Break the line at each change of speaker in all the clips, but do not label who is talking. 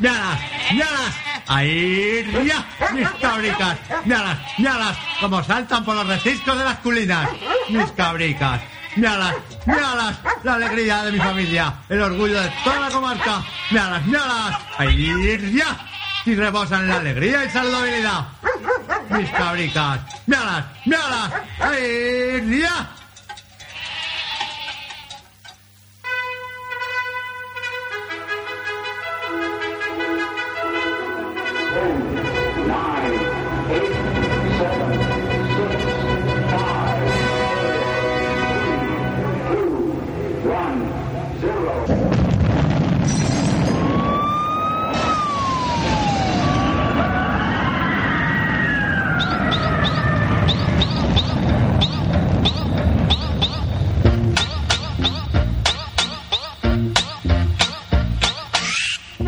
ñalas, ñalas. Ahí, ya, mis cabricas, ñalas, ñalas, como saltan por los reciscos de las culinas. Mis cabricas, ñalas, ñalas, la alegría de mi familia, el orgullo de toda la comarca. Ñalas, ñalas, ahí, ya, y rebosan la alegría y saludabilidad. Mis cabricas, ñalas, ñalas, ahí, ya.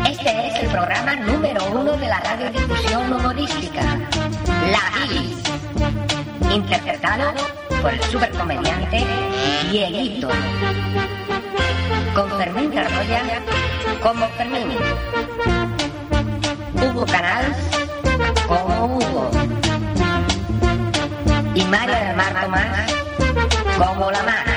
Este es el programa número uno de la radiodifusión humorística, La Bilis, interpretado por el supercomediante Dieguito, con Fermín Carroya como Fermín, Hugo Canals como Hugo, y María del Mar Tomás como La Mara.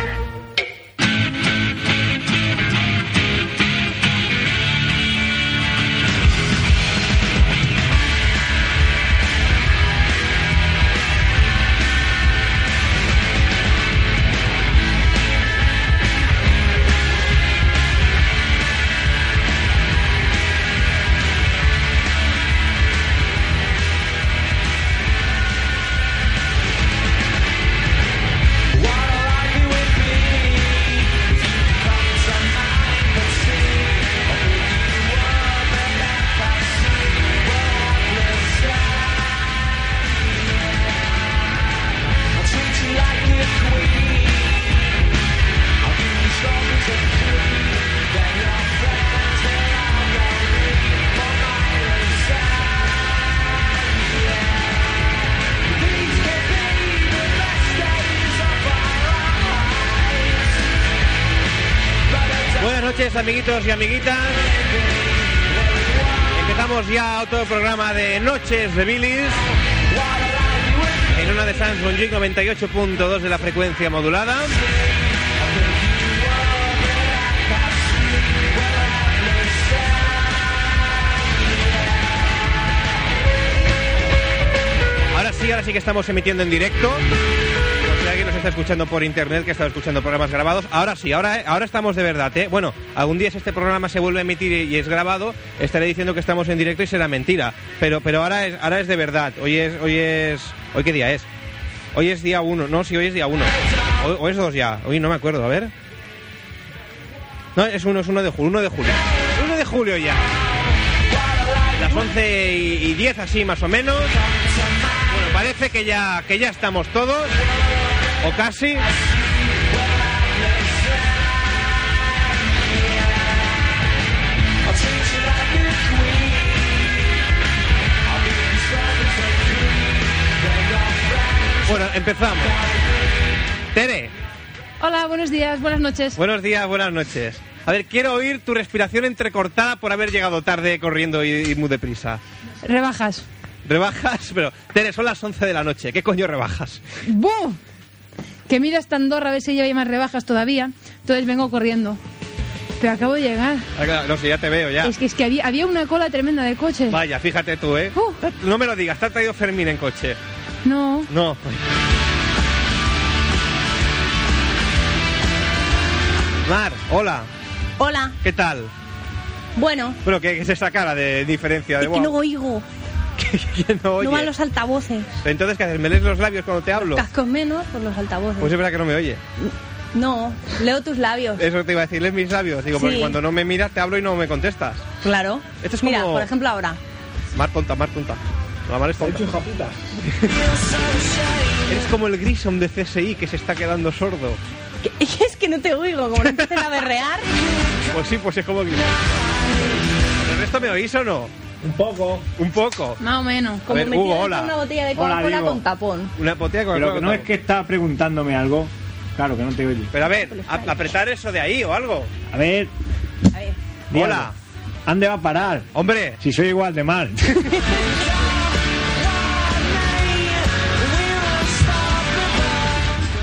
Buenas noches, amiguitos y amiguitas. Empezamos ya otro programa de Noches de Bilis. En una de Samsung Jig 98.2 de la frecuencia modulada. Ahora sí, ahora sí que estamos emitiendo en directo. Por si alguien nos está escuchando por internet, que estaba escuchando programas grabados, ahora sí, ahora, ahora estamos de verdad, ¿eh? Bueno, algún día si este programa se vuelve a emitir y es grabado, estaré diciendo que estamos en directo y será mentira. Pero, pero ahora, es, ahora es de verdad. Hoy es, hoy es... ¿Hoy qué día es? Hoy es día 1, no, sí, hoy es día 1. Hoy, hoy es 2 ya, hoy no me acuerdo, a ver. No, es 1, es 1 de julio, 1 de julio. 1 de julio ya. Las 11 y 10 así más o menos. Bueno, parece que ya, que ya estamos todos, o casi. Bueno, empezamos. Tere,
Hola, buenos días, buenas noches.
buenos días, buenas noches. A ver, quiero oír tu respiración entrecortada por haber llegado tarde corriendo y, y muy deprisa.
Rebajas.
Rebajas, pero Tere, son las 11 de la noche. ¿Qué coño rebajas?
¡Buf! Que mira hasta Andorra a ver si ya hay más rebajas todavía. Entonces vengo corriendo. Pero acabo de llegar.
Ah, claro, No sé, ya te veo, ya.
Es que, es que había, había una cola tremenda de coches.
Vaya, fíjate tú, ¿eh?
Uh.
No me lo digas, te ha traído Fermín en coche.
No.
No. pues. Mar, hola,
Hola,
¿qué tal?
bueno,
Bueno, ¿qué es esa cara de diferencia? De,
es que no
wow,
oigo,
que- que no
no van
oye.
los altavoces.
Entonces, ¿qué haces? ¿Me lees los labios cuando te hablo?
Cascos menos por los altavoces.
Pues es verdad que no me oye.
No, leo tus labios.
Eso te iba a decir, lees mis labios. Digo, porque
Sí.
cuando no me miras te hablo y no me contestas.
Claro.
Esto es
Mira,
como-
por ejemplo ahora.
Mar tonta, Mar tonta. La Mar es tonta. Eres como el Grissom de CSI que se está quedando sordo.
Que- Es que no te oigo, como no empiecen a berrear.
Pues sí, pues es como Grissom. ¿El resto me oís o no?
Un poco.
Un poco.
Más o menos.
A
Como
ver,
metido
Hugo,
dentro de
hola.
una botella de
Hola,
Coca-Cola
digo.
con tapón.
Una botella con
Pero que no es que está preguntándome algo. Claro que no te oigo.
Pero a ver, a- apretar eso de ahí o algo.
A ver.
A ver,
di
Hola.
algo. ¿A dónde va a parar?
Hombre,
Si soy igual de mal.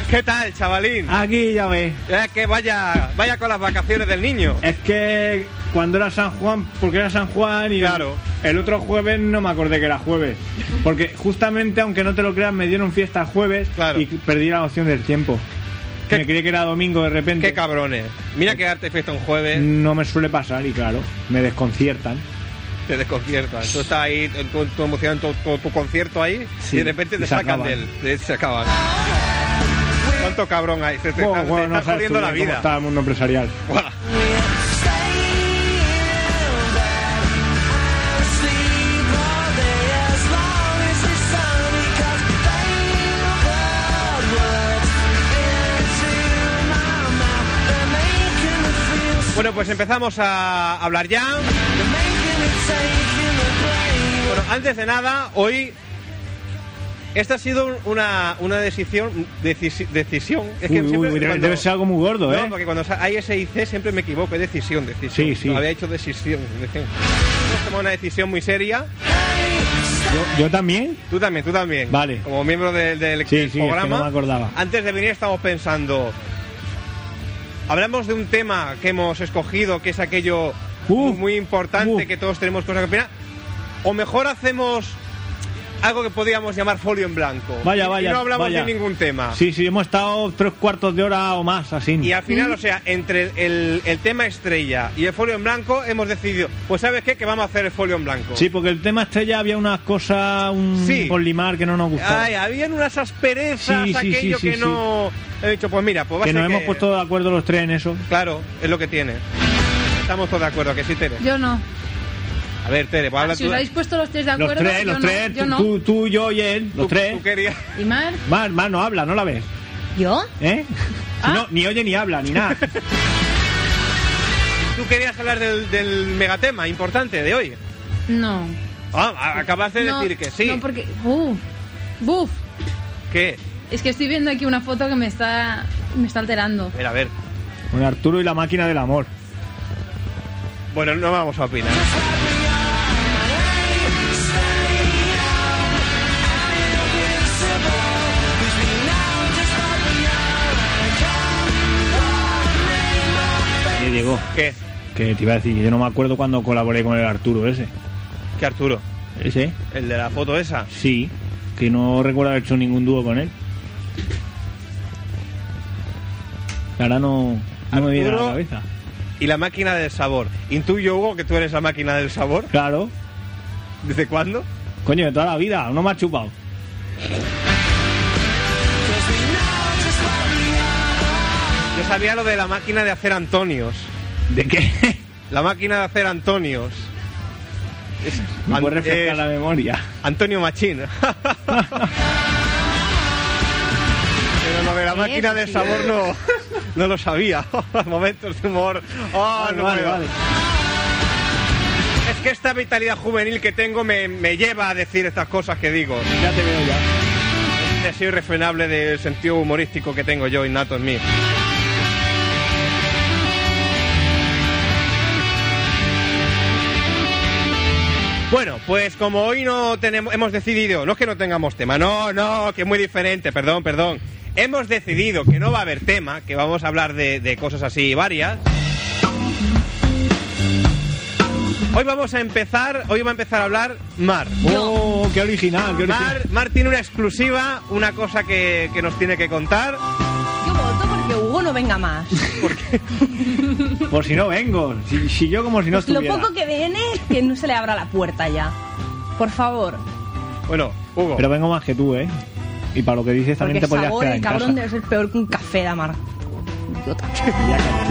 ¿qué tal, chavalín?
Aquí ya ves.
Eh, que vaya, vaya con las vacaciones del niño.
Es que cuando era San Juan, porque era San Juan y
Claro.
el otro jueves no me acordé que era jueves. Porque justamente, aunque no te lo creas, me dieron fiesta jueves
Claro.
y perdí la noción del tiempo.
Qué-
Me creí que era domingo de repente.
Qué eh? cabrones. Mira que arte fiesta un jueves,
no me suele pasar y claro, me desconciertan.
te desconciertan. Tú estás ahí, tú, tú emocionado en tu, tu- tu concierto ahí,
Sí,
y de repente
y
te
se
sacan
acaban.
de él. Te- Se acaban. ¿Cuánto cabrón hay? Se te,
Bueno,
están- te
bueno, no
están
sabes
jodiendo
tú
la
bien cómo
vida.
está el mundo empresarial.
Buah. Bueno, pues empezamos a hablar ya. Bueno, antes de nada, hoy. Esta ha sido una, una decisión. decisi- decisión. Es que
Uy, uy,
siempre
uy, debe,
cuando-
debe ser algo muy gordo, ¿eh?
no, porque cuando sa- hay SIC siempre me equivoco, es decisión, decisión.
Sí, sí.
Había hecho decisión, decisión. Hemos tomado una decisión muy seria.
Yo, yo también.
Tú también, tú también.
Vale.
Como miembro del, del
Sí, sí, es
programa.
que no me acordaba.
Antes de venir estamos pensando. Hablamos de un tema que hemos escogido, que es aquello
Uh,
muy importante,
uh.
que todos tenemos cosas que opinar. O mejor hacemos algo que podríamos llamar folio en blanco.
Vaya,
Y-
vaya.
Y no hablamos
vaya.
de ningún tema.
Sí, sí, hemos estado tres cuartos de hora o más así.
Y al final, o sea, entre el, el tema estrella y el folio en blanco, hemos decidido, pues ¿sabes qué? Que vamos a hacer el folio en blanco.
Sí, porque el tema estrella había unas cosas un
Sí.
por limar que no nos gustaban.
Ay, habían unas asperezas,
Sí, sí, sí,
aquello
sí,
que
sí.
no... He dicho, pues mira, pues va a
que
ser
nos hemos puesto de acuerdo los tres en eso.
Claro, es lo que tiene. Estamos todos de acuerdo, que sí, Tere.
Yo no.
A ver, Tere, pues habla
si
tú.
os habéis puesto los tres de acuerdo,
los tres,
yo
los
no,
tres,
yo
tú,
no.
tú, tú, yo y él, los
Tú-
tres.
tú querías...
¿Y Mar?
Más, más no habla, no la ves,
¿Yo?
¿eh?
Ah.
No, ni oye ni habla, ni nada.
Tú querías hablar del, del megatema importante de hoy.
No.
Ah, a- acabas de
No,
decir que sí.
No, porque... Uh, buf.
¿Qué?
Es que estoy viendo aquí una foto que me está, me está alterando.
A ver, a ver.
Con Arturo y la máquina del amor.
Bueno, no vamos a opinar.
Y llegó.
¿Qué?
Que te iba a decir que yo no me acuerdo cuando colaboré con el Arturo ese.
¿Qué, Arturo?
¿Ese?
¿El de la foto esa?
Sí. Que no recuerdo haber hecho ningún dúo con él. Ahora no, no me viene a la
Arturo.
cabeza.
Y la máquina del sabor. Intuyo, Hugo, que tú eres la máquina del sabor.
Claro.
¿Desde cuándo?
Coño, de toda la vida, no me ha chupado.
Yo sabía lo de la máquina de hacer Antonios.
¿De qué?
La máquina de hacer Antonios. Es-
Me puedes
An-
refrescar
es
la memoria.
Antonio Machín. Pero lo de la máquina del sabor no, no lo sabía. Momentos de humor. Ah,
Vale,
no
vale,
puedo.
vale.
Es que esta vitalidad juvenil que tengo me, me lleva a decir estas cosas que digo.
Ya te veo ya.
deseo irrefrenable del sentido humorístico que tengo yo innato en mí. Bueno, pues como hoy no tenemos, hemos decidido, no es que no tengamos tema, no, no, que es muy diferente, perdón, perdón. Hemos decidido que no va a haber tema, que vamos a hablar de, de cosas así varias. Hoy vamos a empezar, hoy va a empezar a hablar Mar.
Oh, qué original, qué original.
Mar, Mar tiene una exclusiva, una cosa que, que nos tiene que contar.
Yo voto porque Hugo no venga más.
Por si no vengo. Si, si yo como si no
Lo
estuviera.
poco que viene es que no se le abra la puerta ya. Por favor.
Bueno, Hugo,
Pero vengo más que tú, ¿eh? Y para lo que dices también
Porque
te podrías
sabor,
quedar
el
en
cabrón
casa.
debe ser peor que un café de amar.
Ya que-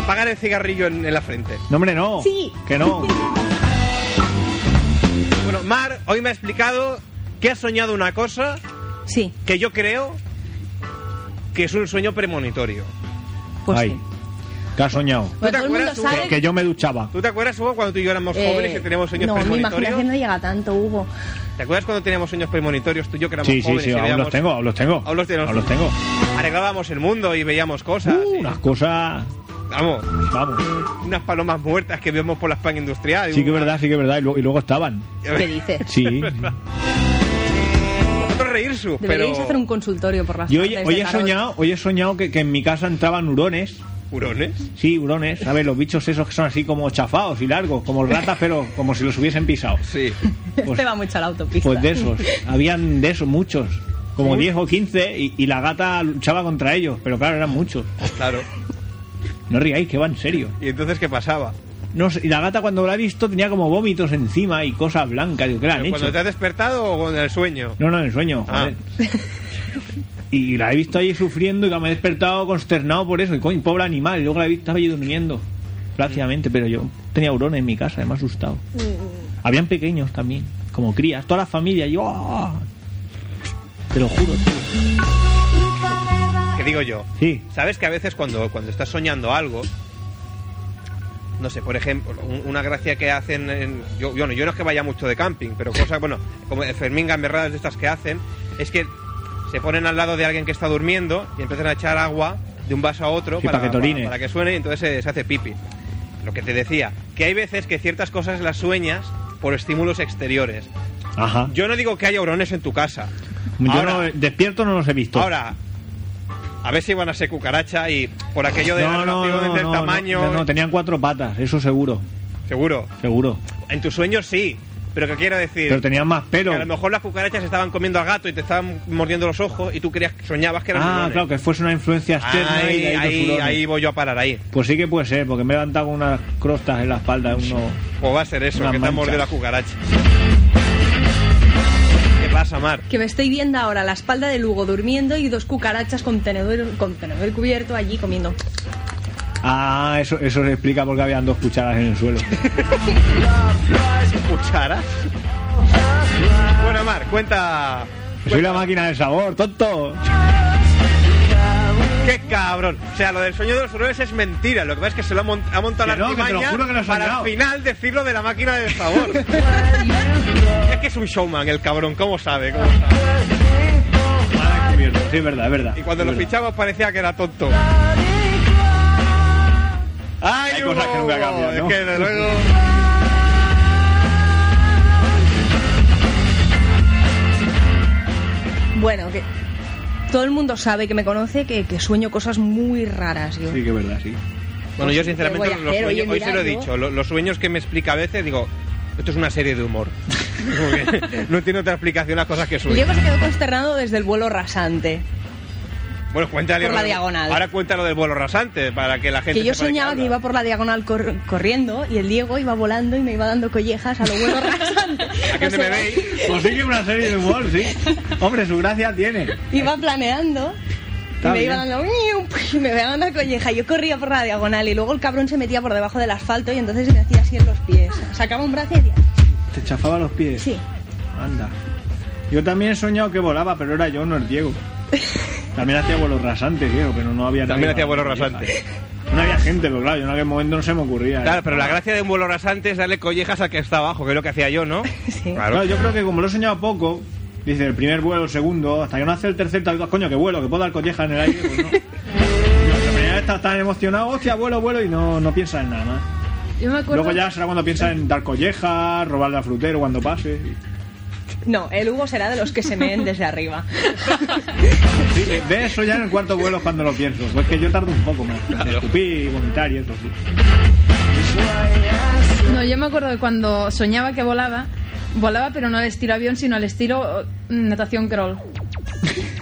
apagar el cigarrillo en, en la frente.
No, hombre, no.
Sí.
Que no.
Bueno, Mar, hoy me ha explicado que ha soñado una cosa
Sí,
que yo creo que es un sueño premonitorio.
pues
Ay,
sí.
que has soñado.
Bueno,
te
todo el mundo
acuerdas, Hugo?
sabe
Que, que yo me duchaba.
¿Tú te acuerdas, Hugo, cuando tú y yo éramos
Eh,
jóvenes y teníamos sueños
no, mi
premonitorios?
imaginación no llega tanto, Hugo.
¿Te acuerdas cuando teníamos sueños premonitorios tú y yo que éramos
Sí, sí,
jóvenes
sí,
y
aún
veíamos-
los tengo, aún los tengo.
Aún los tienes.
Aún los tengo.
Arreglábamos el mundo y veíamos cosas.
Uh,
y-
unas cosas.
vamos,
Vamos.
unas palomas muertas que vemos por la España industrial.
Sí que es verdad, sí que es verdad. Y luego, y luego estaban.
¿Qué dices?
Sí.
Otro reírse,
Deberíais
pero...
hacer un consultorio por las
Yo hoy,
tardes
hoy
de
he
Harold.
soñado, hoy he soñado que, que en mi casa entraban hurones.
¿Hurones?
Sí, hurones, ¿sabes? Los bichos esos que son así como chafados y largos, como ratas, pero como si los hubiesen pisado.
Sí.
Este va mucho a la autopista.
Pues de esos. Habían de esos muchos. Como 10 o 15 y, y la gata luchaba contra ellos, pero claro, eran muchos.
Claro.
No ríais, que va en serio.
¿Y entonces qué pasaba?
No sé, y la gata cuando la he visto tenía como vómitos encima y cosas blancas. Digo, ¿qué le han
¿Cuando
hecho?
te has despertado o en el sueño?
No, no, en el sueño,
Ah.
joder. Y la he visto allí sufriendo y me he despertado consternado por eso. Y coño, pobre animal. Y luego la he visto allí durmiendo plácidamente. Pero yo tenía hurones en mi casa, me ha asustado. Habían pequeños también, como crías. Toda la familia. y Yo, ¡ah! Te lo juro. tío.
¿Qué digo yo?
Sí.
¿Sabes que a veces cuando, cuando estás soñando algo, no sé, por ejemplo, un- una gracia que hacen, en- yo, yo no, yo no es que vaya mucho de camping, pero cosas, bueno, como Fermín Gamberradas de estas que hacen, es que se ponen al lado de alguien que está durmiendo y empiezan a echar agua de un vaso a otro
Sí, para que te orine.
para que suene y entonces se, se hace pipi. Lo que te decía, que hay veces que ciertas cosas las sueñas por estímulos exteriores.
Ajá.
Yo no digo que haya hurones en tu casa.
Yo
Ahora-
no- eh, despierto no los he visto.
Ahora, a ver si van a ser cucaracha y por aquello de la
no, no,
relación
no,
del
no,
tamaño.
no, no, tenían cuatro patas, eso seguro,
Seguro.
seguro.
En tus sueños sí. Pero que quiero decir.
Pero tenían más pelo.
Que a lo mejor las cucarachas estaban comiendo al gato y te estaban mordiendo los ojos y tú creías, soñabas que eran
Ah,
hurones.
claro, que fuese una influencia externa. y
Ahí,
de ahí los
ahí,
hurones.
ahí voy yo a parar, ahí.
Pues sí que puede ser, porque me he levantado con unas crostas en la espalda. Uno...
O va a ser eso,
Una
que te
mancha.
han mordido la cucaracha. ¿Qué pasa, Mar?
Que me estoy viendo ahora la espalda de Lugo durmiendo y dos cucarachas con tenedor, con tenedor cubierto allí comiendo.
Ah, eso, eso se explica porque habían dos cucharas en el suelo.
¿Cucharas? Bueno, Mar, cuenta.
Soy la máquina del sabor, tonto.
¡Qué cabrón! O sea, lo del sueño de los horrores es mentira. Lo que pasa es que se lo ha, mont- ha montado la
Que no, que te lo
artimaña
juro que lo he
para al
soñado.
final decirlo de la máquina del favor. es que es un showman el cabrón, ¿cómo sabe? ¿Cómo sabe?
Mal descubierto. Sí, es verdad, es verdad.
Y cuando
Es
lo
verdad.
fichamos parecía que era tonto. ¡Ay,
Hay cosas que
Hugo!
nunca cambian, ¿no?
Es que de luego...
Bueno, que todo el mundo sabe que me conoce que, que sueño cosas muy raras. Yo.
Sí, que es verdad, sí.
Bueno, yo
¿qué voy
sinceramente
a
los
hacer?
sueños,
Oye,
hoy se lo he
mirad, ¿no?
dicho, lo- los sueños que me explica a veces, digo, esto es una serie de humor. Porque no tiene otra explicación las cosas que sueño.
Diego se quedó consternado desde el vuelo rasante.
Bueno, cuéntale.
Por la diagonal.
Ahora cuéntalo del vuelo rasante para que la gente.
Que yo
sepa de qué
soñaba que
habla.
iba por la diagonal cor- corriendo y el Diego iba volando y me iba dando collejas a lo vuelo rasante.
¿A qué
O
te me
sea,
veis?
Pues sí que es una serie de humor, sí. Hombre, su gracia tiene.
Iba planeando. Y
Está
me iba
bien.
dando miu, y me iba dando colleja. Yo corría por la diagonal y luego el cabrón se metía por debajo del asfalto y entonces se me hacía así en los pies. Sacaba un brazo y decía,
Te chafaba los pies.
sí.
Anda. Yo también he soñado que volaba, pero era yo, no el Diego. También hacía vuelos rasantes, Diego, pero no había
También
nadie
hacía
más.
vuelos rasantes.
No había gente, pero claro, yo en aquel momento no se me ocurría. ¿eh?
Claro, pero la gracia de un vuelo rasante es darle collejas al que está abajo, que es lo que hacía yo, ¿no?
Sí.
Claro.
Claro, yo creo que como lo he soñado poco, dice el primer vuelo, el segundo, hasta que no hace el tercer, tal, coño, que vuelo, que puedo dar colleja en el aire, pues no. La primera vez estás tan emocionado, hostia, vuelo, vuelo, y no, no piensas en nada más.
Yo me acuerdo.
Luego ya será cuando piensas en dar colleja, robarle al frutero cuando pase.
No, el Hugo será de los que se meen desde arriba.
Sí, de- de eso ya en el cuarto vuelo es cuando lo pienso. Pues que yo tardo un poco más.
Claro.
Escupí, vomitar y eso, sí.
No, yo me acuerdo de cuando soñaba que volaba. Volaba, pero no al estilo avión, sino al estilo eh, natación crawl.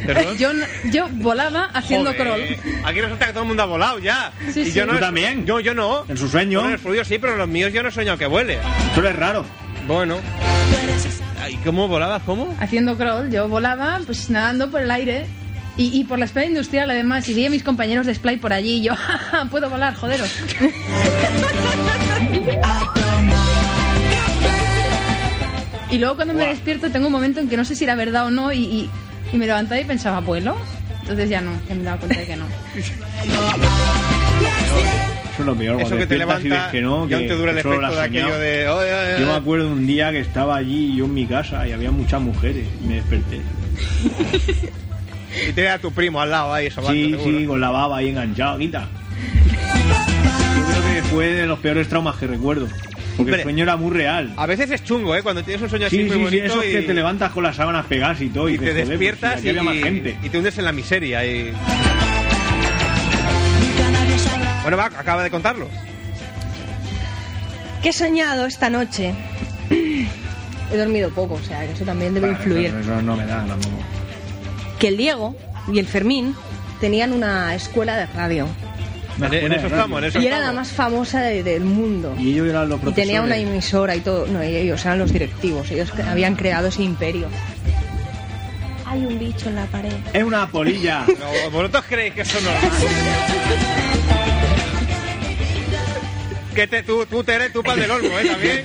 ¿Perdón?
Yo, n- yo volaba haciendo
Joder,
crawl.
Aquí resulta que todo el mundo ha volado ya.
Sí,
y
sí.
yo no.
¿Tú también?
Yo, yo no.
En su sueño.
Bueno, en el suyo sí, pero en los míos yo no he soñado que vuele.
Tú eres raro.
Bueno. ¿Y cómo volabas? ¿Cómo?
Haciendo crawl, yo volaba, pues nadando por el aire. Y, y por la espera industrial, además, y vi a mis compañeros de Splay por allí y yo, "Ja, ja, puedo volar, joderos. y luego cuando me despierto tengo un momento en que no sé si era verdad o no y, y- y me levantaba y pensaba, ¿vuelo? Entonces ya no, ya me daba cuenta de que no.
Eso es lo peor.
Eso
cuando
que te
despiertas y ves
levanta
que no,
y aún
que
te dura el
solo lo
efecto de
has
aquello
soñado.
de. "Ah". "Oye, oye, oye".
Yo me acuerdo un día que estaba allí yo en mi casa y había muchas mujeres y me desperté.
Y te ve a tu primo al lado ahí, eso
Sí, sí, con la baba ahí enganchada, quita. Yo creo que fue de los peores traumas que recuerdo. Porque
Hombre.
el sueño era muy real.
A veces es chungo, ¿eh? Cuando tienes un sueño así
Sí,
muy
sí, sí,
bonito
eso
y,
que te levantas con las sábanas pegadas y todo.
y
Y,
te
dices, "Joder, pues,
despiertas
si aquí
y,
había más gente.
y te hundes en la miseria. Y... Bueno, va, acaba de contarlo.
¿Qué he soñado esta noche? He dormido poco, o sea, que eso también debe
Claro,
influir.
Eso, eso no me da tampoco.
Que el Diego y el Fermín tenían una escuela de radio.
En, en eso estamos, en eso
Y era la
estamos.
más famosa de- del mundo.
Y ellos eran los
Y
profesores.
tenía una emisora y todo. No, ellos eran los directivos. Ellos cre- habían creado ese imperio. Hay un bicho en la pared.
Es una polilla.
Pero ¿Vosotros creéis que eso es normal? que te, tú, tú, Tere, tú pal del olmo, ¿eh? También.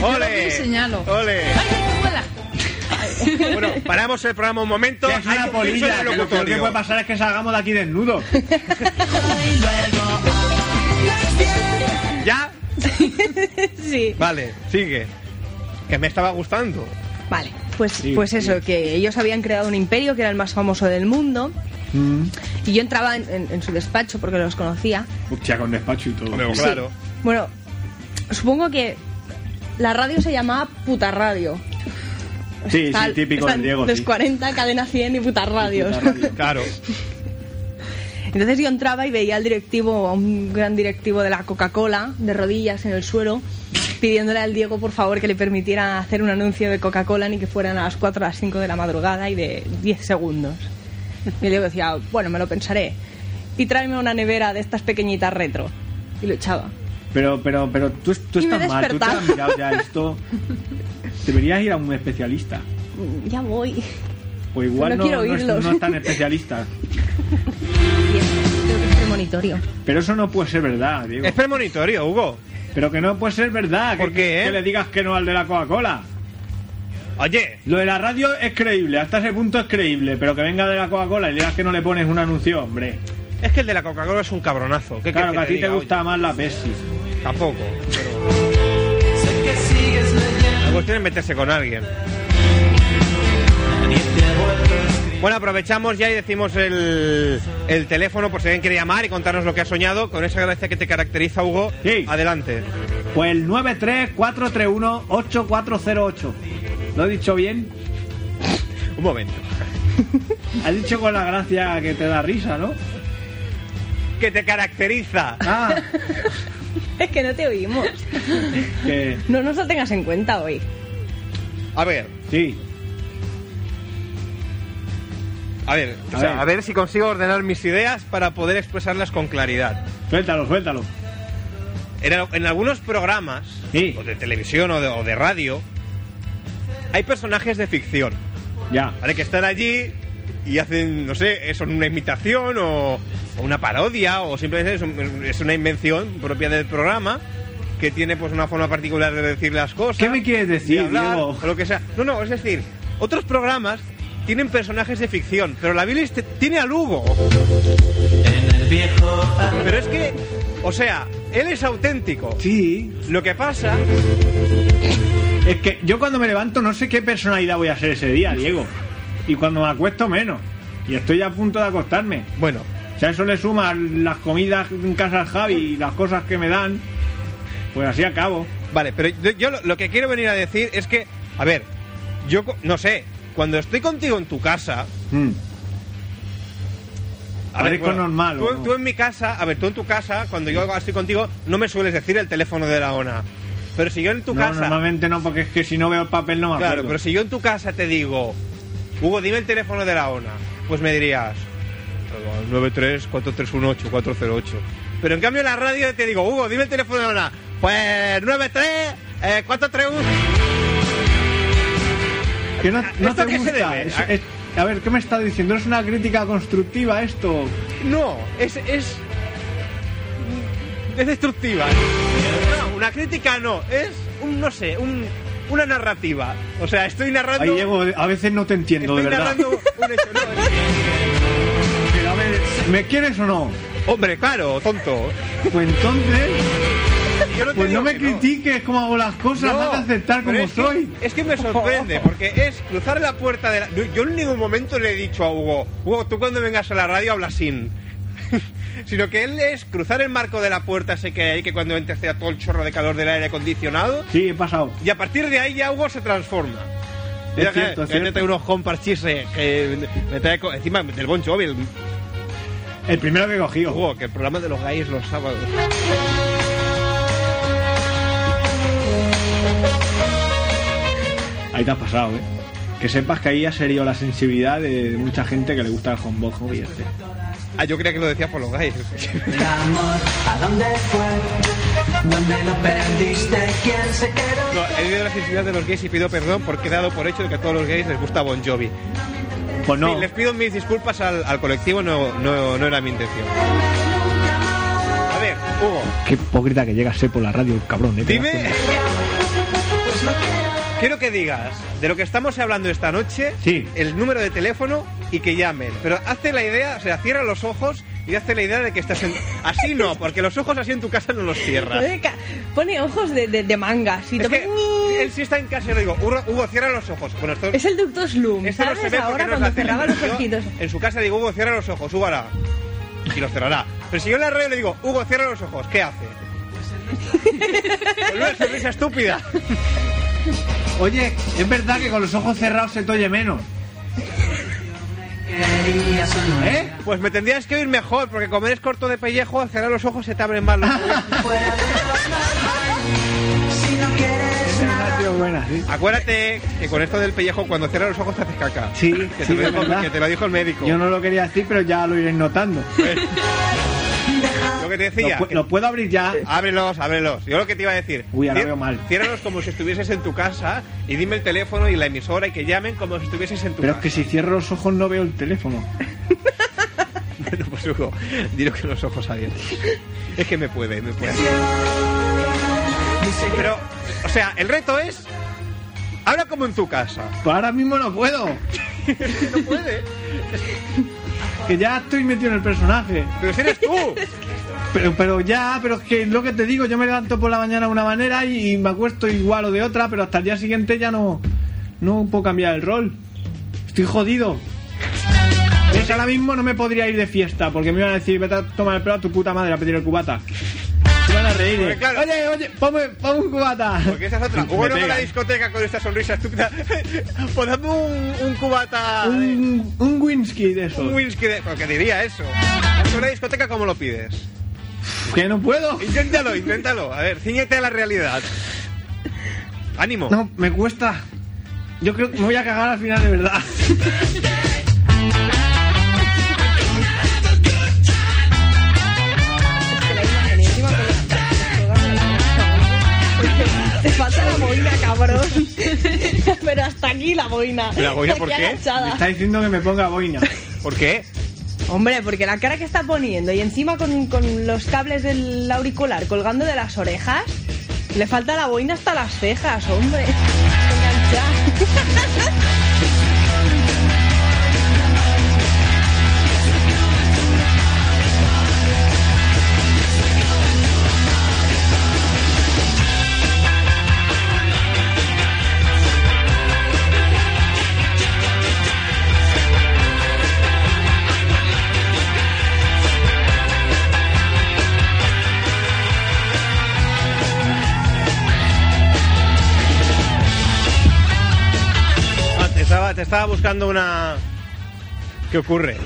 Yo
¡Ole!
lo señalo.
¡Ole!
¡Ay, qué buena!
Bueno, paramos el programa un momento.
Que es
Hay
una
un piso en el
polilla. Que lo peor que
locutorio.
puede pasar es que salgamos de aquí desnudos.
¿Ya?
Sí.
Vale, sigue. Que me estaba gustando.
Vale. Pues,
Sí,
pues
sí.
eso, que ellos habían creado un imperio que era el más famoso del mundo.
Mm.
Y yo entraba en, en- en su despacho porque los conocía.
Hostia, con despacho y todo.
Hombre,
Sí.
claro.
Bueno, supongo que la radio se llamaba Puta Radio.
Sí,
Tal-
sí, típico
están
del Diego.
Los
sí.
40, cadena 100 y putas radios.
Puta radio.
Claro.
Entonces yo entraba y veía al directivo, a un gran directivo de la Coca-Cola, de rodillas en el suelo, pidiéndole al Diego, por favor, que le permitiera hacer un anuncio de Coca-Cola ni que fueran a las 4 a las 5 de la madrugada y de 10 segundos. Y el Diego decía, bueno, me lo pensaré. Y tráeme una nevera de estas pequeñitas retro. Y lo echaba.
Pero, pero, pero tú, tú
Y me
estás mal, tú te has
despertaba.
mirado ya esto. Deberías ir a un especialista.
Mm, Ya voy.
O igual
No
no,
quiero
no es,
oírlos.
no es tan especialista.
Y es, creo que es premonitorio.
Pero eso no puede ser verdad, Diego.
Es premonitorio, Hugo.
Pero que no puede ser verdad.
¿Por
que,
qué, eh?
que le digas que no al de la Coca-Cola.
Oye,
Lo de la radio es creíble, hasta ese punto es creíble. Pero que venga de la Coca-Cola y le digas que no le pones un anuncio, hombre.
es que el de la Coca-Cola es un cabronazo. ¿Qué
Claro,
quieres
que a ti te
diga?
gusta
Oye,
más la Pepsi.
tampoco. Pero... La cuestión es meterse con alguien. Bueno, aprovechamos ya y decimos el, el teléfono por si alguien quiere llamar y contarnos lo que ha soñado con esa gracia que te caracteriza, Hugo.
Sí.
Adelante.
Pues el 934318408. ¿Lo he dicho bien?
Un momento.
Has dicho con la gracia que te da risa, ¿no?
Que te caracteriza.
Ah,
Es que no te oímos.
que
No nos lo tengas en cuenta hoy.
A ver,
sí.
a ver, o
A
sea,
ver.
a ver si consigo ordenar mis ideas para poder expresarlas con claridad.
Suéltalo, suéltalo.
En, al- en algunos programas,
Sí.
o de televisión o de, o de radio, hay personajes de ficción,
Ya.
¿vale? Que están allí y hacen, no sé, son una imitación o, o una parodia o simplemente es, un- es una invención propia del programa que tiene pues una forma particular de decir las cosas.
¿Qué me quieres decir,
de hablar,
Diego?
o lo que sea. No, no, es decir, otros programas tienen personajes de ficción, pero la Bilis te- tiene a Lugo. Pero es que, o sea, él es auténtico.
Sí.
Lo que pasa
Es que yo cuando me levanto no sé qué personalidad voy a ser ese día, Diego. Y cuando me acuesto menos. Y estoy a punto de acostarme.
Bueno,
O sea, eso le suma las comidas en casa al Javi y las cosas que me dan. Pues así acabo.
vale, pero yo, yo lo, lo que quiero venir a decir es que, a ver, yo co- no sé, cuando estoy contigo en tu casa.
Mm.
A
Parezco normal, ¿o
Tú,
no?
tú en mi casa, a ver, tú en tu casa, cuando yo estoy contigo, no me sueles decir el teléfono de la ONA. Pero si yo en tu
No,
casa.
normalmente no, porque es que si no veo el papel no me acuerdo.
Claro, pero si yo en tu casa te digo, Hugo, dime el teléfono de la ONA, pues me dirías 93-4318-408. Pero en cambio en la radio te digo, Hugo, dime el teléfono de la ONA, pues 93 eh, 431.
Que no, no
¿Esto
te
qué se
gusta.
debe?
Es- es- a ver, ¿qué me está diciendo? ¿Es una crítica constructiva esto?
No, es, es. Es destructiva. No, una crítica no, es un, no sé, un, una narrativa. O sea, estoy narrando.
Ahí Diego, a veces no te entiendo,
estoy
de verdad.
narrando un hecho, no, es-
Pero a ver, ¿me quieres o no?
Hombre, claro, tonto.
Pues entonces,
Yo te
pues no
digo
me
que no.
critiques cómo hago las cosas,
No,
vas a aceptar
pero
como
es que-
soy.
es que me sorprende, porque es cruzar la puerta de la... Yo en ningún momento le he dicho a Hugo, Hugo, tú cuando vengas a la radio hablas sin... sino que él es cruzar el marco de la puerta ese que hay, que cuando entras te da todo el chorro de calor del aire acondicionado,
Sí, he pasado.
y a partir de ahí ya Hugo se transforma.
Es
Mira que- este
cierto, es
que
cierto.
mete unos compas chisre, que me trae co- encima del Bon Jovi, el
El primero que cogí, ojo.
Hugo, que el programa de los gays los sábados.
Ahí te has pasado, eh. Que sepas que ahí ha serio la sensibilidad de mucha gente que le gusta el homebojo y este.
Ah, yo creía que lo decías por los gays.
El amor, ¿a dónde fue? ¿Dónde lo perdiste? ¿Quién se quedó?
No, he ido a la sensibilidad de los gays y pido perdón porque he dado por hecho de que a todos los gays les gusta Bon Jovi.
Pues no,
Sí, les pido mis disculpas al, al colectivo, no, no, no era mi intención. A ver, Hugo,
qué hipócrita que llega a ser por la radio, cabrón. eh, te das
dime.
cuenta.
Quiero que digas de lo que estamos hablando esta noche,
Sí.
el número de teléfono y que llamen. Pero hazte la idea, o sea, cierra los ojos y hazte la idea de que estás en. Así no, porque los ojos así en tu casa no los cierras.
Joder, ca- Pone ojos de, de, de manga. Si
Es
tomas-
que él sí está en casa y le digo, Hugo, Hugo, cierra los ojos. Bueno, esto,
Es el Doctor Slum.
esto no
¿Sabes?
se ve porque
Ahora
no es
cuando
la tele.
cerraba los
Yo
ojitos.
En su casa digo, Hugo, cierra los ojos, Hugo hará. Y los cerrará. Pero si yo en la radio le digo, Hugo, cierra los ojos, ¿qué hace? Con una sonrisa estúpida.
Oye, es verdad que con los ojos cerrados se te oye menos.
Querías o no
¿Eh?
Pues me tendrías que oír mejor, porque como eres corto de pellejo, al cerrar los ojos se te abren más los ojos.
fuera de los normales. Si no quieres nada.
buena, sí.
Acuérdate que con esto del pellejo, cuando cierras los ojos te haces caca.
Sí,
que, te,
sí,
lo
es
dijo,
verdad.
que te lo dijo el médico. Pues,
Yo no lo quería decir, pero ya lo iréis notando.
Lo que te
Lo,
decía.
pu-
que-
lo puedo abrir ya.
Ábrelos, ábrelos. Yo lo que te iba a decir.
Uy, ahora
cier-
veo mal.
Ciérralos como si estuvieses en tu casa y dime el teléfono y la emisora y que llamen como si estuvieses en tu
Pero es
casa.
que si cierro los ojos no veo el teléfono.
Bueno, pues Hugo, dilo que los ojos abiertos. Es que me puede, me puede. Pero, o sea, el reto es. Habla como en tu casa.
Pues ahora mismo no puedo.
No puede.
Que ya estoy metido en el personaje.
Pero si eres tú.
Pero, pero ya, pero es que lo que te digo, yo me levanto por la mañana de una manera y, y me acuesto igual o de otra, pero hasta el día siguiente ya no, no puedo cambiar el rol. Estoy jodido. ¿Ves? Ahora mismo no me podría ir de fiesta porque me iban a decir, vete a tomar el pelo a tu puta madre a pedir el cubata. Se van a reír.
Porque
¿eh?
claro-
Oye, oye, ponme, ponme un cubata.
Porque esa es otra.
Me
Hugo no va a la
pegan.
discoteca con esta sonrisa estúpida. Pues dame un, un cubata. de-
un, un whisky de eso.
Un whisky de... Porque diría eso. Vas a una discoteca como lo pides.
Que no puedo.
Inténtalo, inténtalo. A ver, ciñete a la realidad. Ánimo.
No, me cuesta. Yo creo que me voy a cagar al final de verdad.
Te falta la boina, cabrón. Pero hasta aquí la boina.
¿La boina por
Aquí
qué?
Me
agachada.
está diciendo que me ponga boina.
¿Por qué?
Hombre, porque la cara que está poniendo y encima con, con los cables del auricular colgando de las orejas, le falta la boina hasta las cejas, hombre. Enganchada.
Ah, te, estaba, te estaba buscando una... ¿Qué ocurre?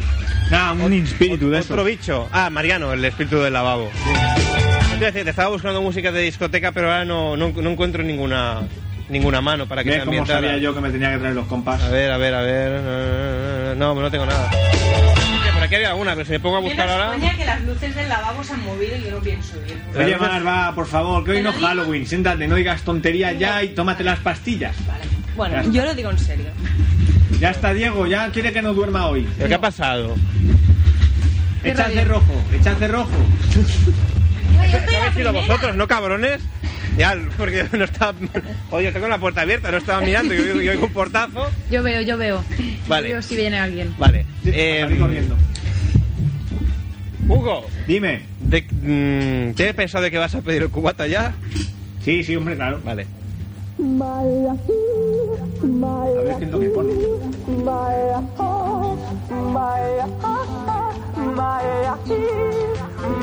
Nada, Ah, un espíritu de
Otro
eso.
bicho. Ah, Mariano, el espíritu del lavabo. Te iba a decir, Te estaba buscando música de discoteca, pero ahora no, no, no encuentro ninguna ninguna mano para que
¿Ves
me
cómo
ambientara.
sabía yo que me tenía que traer los
A
compás?
ver, a ver, a ver. No, no tengo nada. Hostia, Por aquí había alguna, pero si me pongo a buscar ahora.
que las luces del lavabo se han movido y yo no pienso ir.
Oye, Mar, va, por favor, que hoy no es Halloween. Siéntate, no digas tonterías ya y tómate las pastillas.
Bueno, yo lo digo en serio.
Ya está, Diego, ya quiere que no duerma hoy.
¿Pero qué ha pasado?
Echa el rojo, echa el rojo.
¿No habéis sido vosotros, no cabrones? Ya, porque no estaba. Oye, tengo la puerta abierta, no estaba mirando. Yo, yo, yo oigo un portazo.
Yo veo, yo veo.
Vale.
Yo veo si viene alguien.
Vale.
Eh,
Eh,
corriendo.
Hugo,
Dime.
de, mm, ¿te he pensado de que vas a pedir el cubata ya?
Sí, sí, hombre, claro.
Vale.
A ver qué es lo que pone.
My heart, my heart, my heart.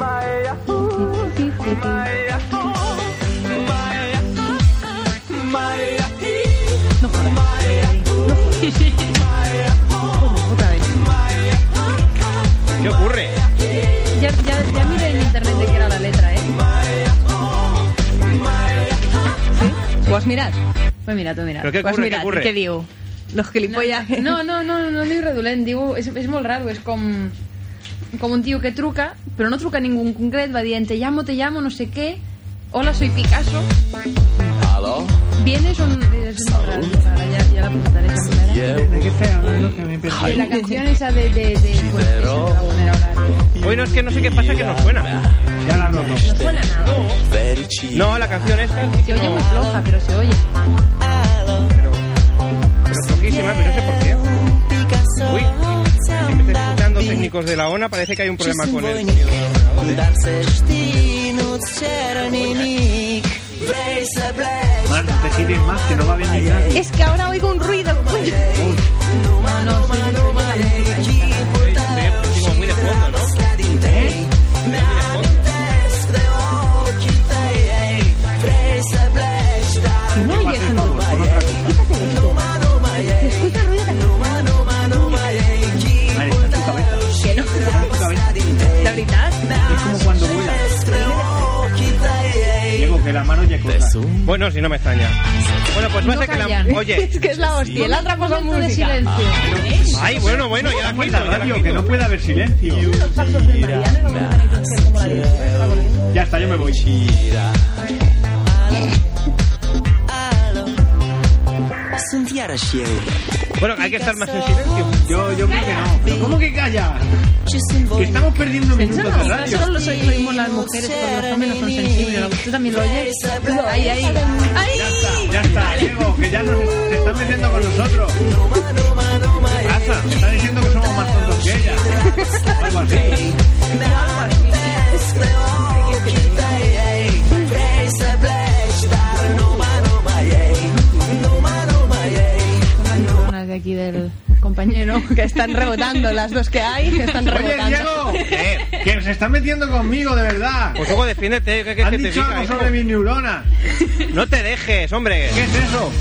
Maya, Maya, Maya, Maya,
¿Qué ocurre?
Ya, ya, ya miré en internet de qué era la letra, ¿eh?
Pues mirad,
Pues mira, tú mira.
¿Pero qué
pues
ocurre? ¿Qué
mirad,
ocurre?
¿qué digo? Los gilipollas...
No, no, no, no digo redolent, digo, és, és molt raro, és com, com un tio que truca, però no truca a ningú en concret, va dient, te llamo, te llamo, no sé què, hola, soy Picasso. Vienes un... És molt raro, ara ja, ja la presentaré sencera.
Eh,
¿De qué estoy hablando? Que me he perdido.
Y la canción esa de... de, de pues, eso, te la poner ahora.
Hoy no es que no sé qué pasa que no suena.
Ya la roto.
No suena nada.
No, la canción esta es
Se oye muy floja, pero se oye.
pero flojísima, pero no sé por qué. Uy, si me están escuchando técnicos de la ONA, parece que hay un problema con el sonido.
Marta, te gites más, que no va bien ¿eh? ni nada.
Es que ahora oigo un ruido. Uy.
No, no, sí, sí, sí, sí, sí.
Estoy como muy de fondo, ¿no?
No oyes el ruido. Quítate de esto. Se escucha el ruido que... Que no.
Vale, está en tu cabeza. Está en tu cabeza.
La veritat?
Es como cuando vuela. Diego, que la mano ya corta.
Bueno, si no me extraña. Bueno, pues va a ser que la...
callan.
Oye,
Es que es la hostia. La otra cosa es
Momento de
música.
silencio.
Ay, bueno, bueno, ya la
¿Cómo es
quito,
la
ya la
radio?
quito.
Que no puede haber silencio. Ya está, yo me voy.
Bueno, hay que estar más en silencio.
Yo, yo creo que no. ¿Pero ¿Cómo que calla? Que estamos perdiendo minutos de
No,
radio.
solo los oímos las mujeres, pero los hombres no son sensibles. ¿Tú también lo oyes? Pues, Ahí, ahí.
Ya está, Diego, que ya nos se están metiendo con nosotros. ¿Qué pasa? Me están diciendo que somos más tontos que ella. Algo así.
Unas de aquí del compañero.
Que están rebotando las dos que hay. Que están
Oye,
rebotando.
Diego, que se están metiendo conmigo, de verdad.
Pues luego defiéndete, ¿qué quieres
Han
que te
dicho
diga? eh.
algo sobre mis neuronas.
No te dejes, hombre.
¿Qué es eso?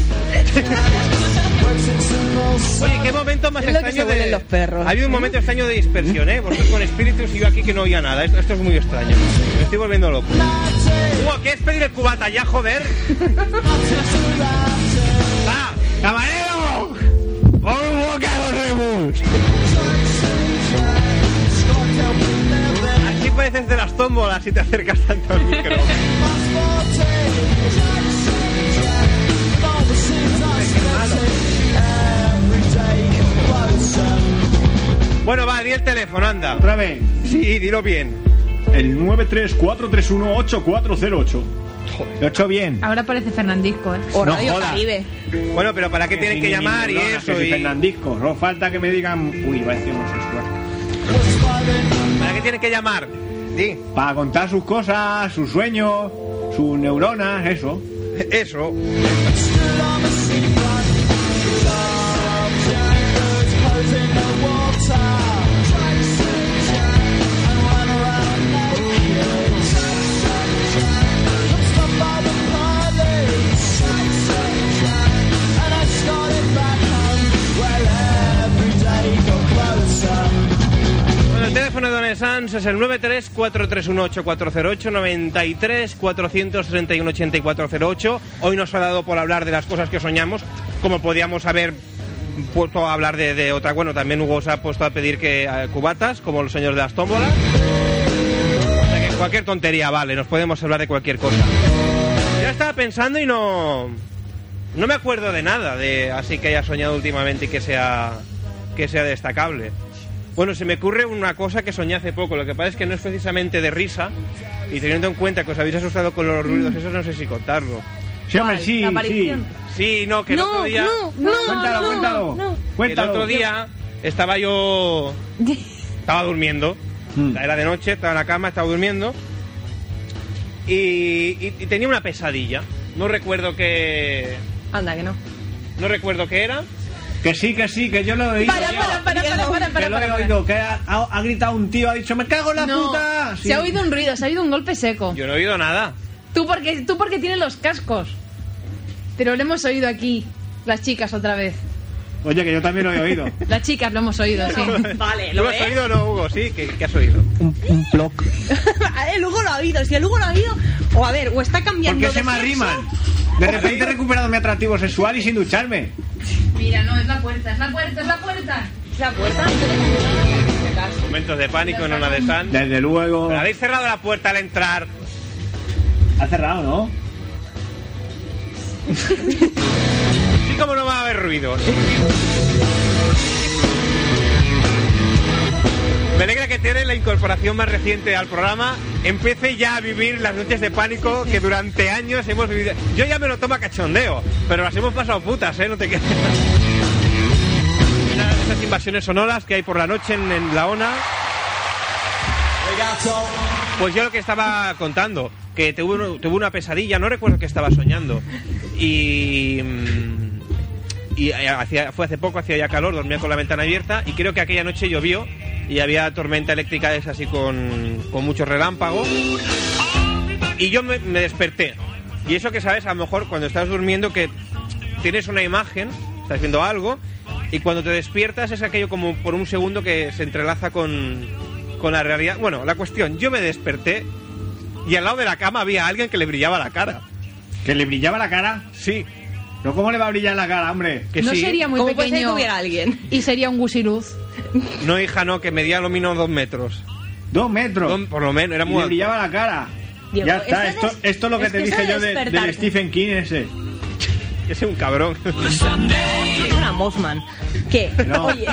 Oye, qué momento más
Es lo que
extraño
se huelen
de
los perros.
Ha habido un momento extraño de dispersión, ¿eh? Vosotros con espíritus y yo aquí que no oía nada. Esto, esto es muy extraño. Me estoy volviendo loco. Hugo, ¿qué es pedir el cubata ya, joder?
¡Ah! ¡Camarero! ¡Por un bocado de bus!
Así pareces de las tómbolas si te acercas tanto al micro. Bueno, va, di el teléfono, anda.
Otra vez.
Sí, dilo bien.
El 934318408. Lo he hecho
Ah,
bien.
Ahora parece Fernandisco, ¿eh?
O
No
Radio
jodas.
Caribe.
Bueno, pero ¿para qué tienen
sí,
que
ni
llamar y
neuronas,
eso?
Que
y-
si Fernandisco. No falta que me digan... Uy, va a decir homosexual.
¿Para qué tienen que llamar? Di.
Para contar sus cosas, sus sueños, sus neuronas, eso.
Eso. Bueno, El teléfono de Don Sanz es el 93-431-8408, 93-431-8408. Hoy nos ha dado por hablar de las cosas que soñamos, como podíamos haber puesto a hablar de, de otra. Bueno, también Hugo se ha puesto a pedir que eh, cubatas, como los sueños de las tómbolas. O sea que cualquier tontería, vale, nos podemos hablar de cualquier cosa. Yo estaba pensando y no. No me acuerdo de nada de así que haya soñado últimamente y que sea, que sea destacable. Bueno, se me ocurre una cosa que soñé hace poco. Lo que pasa es que no es precisamente de risa. Y teniendo en cuenta que os habéis asustado con los ruidos, eso no sé si contarlo.
Sí, hombre, sí,
La
sí.
aparición.
Sí, no, que el
No,
otro día.
no, no,
Cuéntalo,
no,
cuéntalo.
no.
que El
Cuéntalo.
otro día estaba yo. Estaba durmiendo.
Mm.
Era de noche, estaba en la cama, estaba durmiendo. Y, y- y tenía una pesadilla. No recuerdo qué.
Anda, que no.
No recuerdo qué era.
Que sí, que sí, que yo lo he oído.
Para,
yo.
para, para, para, para, para,
que lo he
para,
oído, que ha, ha- ha gritado un tío, ha dicho, me cago en la
No,
puta. Sí.
se ha oído un ruido, se ha oído un golpe seco.
Yo no he oído nada.
Tú porque, tú porque tienes los cascos. Pero lo hemos oído aquí, las chicas otra vez.
Oye, que yo también lo he oído.
Las chicas lo hemos oído, sí.
Eh,
Vale,
¿Lo
lo
has
ves.
oído o no, Hugo? Sí, ¿qué, qué has oído?
un, un block.
el Hugo lo ha oído, si el Hugo lo ha oído, o a ver, o está
¿Por
cambiando
qué
de
se me
sexo.
arriman? De repente he recuperado mi atractivo sexual y sin ducharme.
Mira, no, es la puerta, es la puerta, es la puerta.
La puerta.
Momentos de pánico en una de San.
Desde luego.
Pero habéis cerrado la puerta al entrar.
Ha cerrado, ¿no?
Sí, como no va a haber ruido. Me alegra que Tere, la incorporación más reciente al programa, empiece ya a vivir las noches de pánico que durante años hemos vivido. Yo ya me lo tomo a cachondeo, pero las hemos pasado putas, ¿eh? No te creas. Una de Esas invasiones sonoras que hay por la noche en, en la ONA. Pues yo lo que estaba contando, que tuve, uno- tuve una pesadilla, no recuerdo que estaba soñando. Y. mm, Y hacía- fue hace poco, hacía ya calor, dormía con la ventana abierta y creo que aquella noche llovió y había tormenta eléctrica es así con, con muchos relámpagos. Y yo me, me desperté. Y eso que sabes, a lo mejor cuando estás durmiendo que tienes una imagen, estás viendo algo, y cuando te despiertas es aquello como por un segundo que se entrelaza con, con la realidad. Bueno, la cuestión, yo me desperté y al lado de la cama había alguien que le brillaba la cara.
Que le brillaba la cara.
Sí,
No, ¿cómo le va a brillar la cara, hombre?
que
no
sí.
sería muy
¿Cómo puede ser que
pequeño.
hubiera alguien?
Y sería un gusiluz.
No, hija, no, que medía lo mínimo dos metros.
Dos metros.
Don- por lo menos, era
Y le
muy alto.
brillaba la cara.
Diego,
ya está,
esto
esto,
es-
esto es lo que
es
te
que
dije
eso
yo
de
de, del
despertarte.
Stephen King ese.
Ese es un cabrón.
Es una Mothman. ¿Qué?
No.
Oye.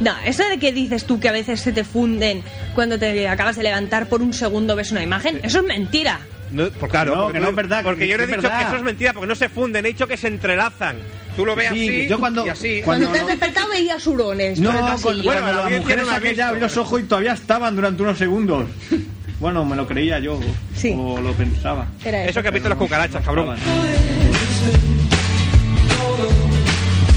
No, eso de que dices tú que a veces se te funden cuando te acabas de levantar por un segundo ves una imagen, eso es mentira.
No, por- claro,
No,
porque
que
tú-
no es verdad,
Porque
que
yo no he
es
dicho
verdad.
que eso es mentira, porque no se funden, he dicho que se entrelazan. Tú lo ves
Sí,
así
yo cuando-
y así.
Cuando
cuando- No,
te has
no.
despertado veías hurones.
No,
por el
con-
pasillo.
bueno,
cuando
la
la
audiencia
mujer
no la
esa
ha
que
visto.
ya abrió los ojos y todavía estaban durante unos segundos. Bueno, me lo creía yo.
Sí.
O lo pensaba.
Era eso.
Eso que has visto las cucarachas, cabrón.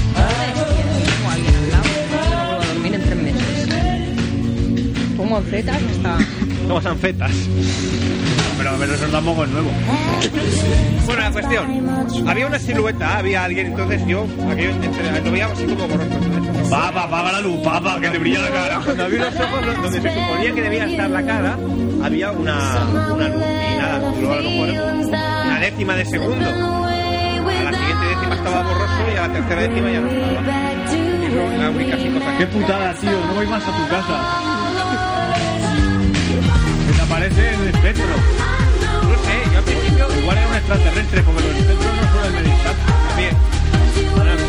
Tengo alguien al lado, no vuelvo a dormir en tres meses. Pongo anfetas hasta...
Somos anfetas.
Pero, pero eso tampoco es nuevo.
Bueno, la cuestión. Había una silueta, había alguien, entonces yo, aquello, entre- lo veía así como borroso.
Papa, apaga la luz, papa, que te brilla la cara.
Cuando abrí los ojos lo- donde se suponía que debía estar la cara, había una, una luz y nada, duró a lo mejor una décima de segundo. A la siguiente décima estaba borroso y a la tercera décima ya no estaba. Eso es la única así cosa
Qué
que...
putada, tío, no voy más a tu casa. Desaparece el espectro.
No sé, yo al principio...
Igual era un extraterrestre, porque los espectros no suelen meditar.
Bien. Ahora, pues,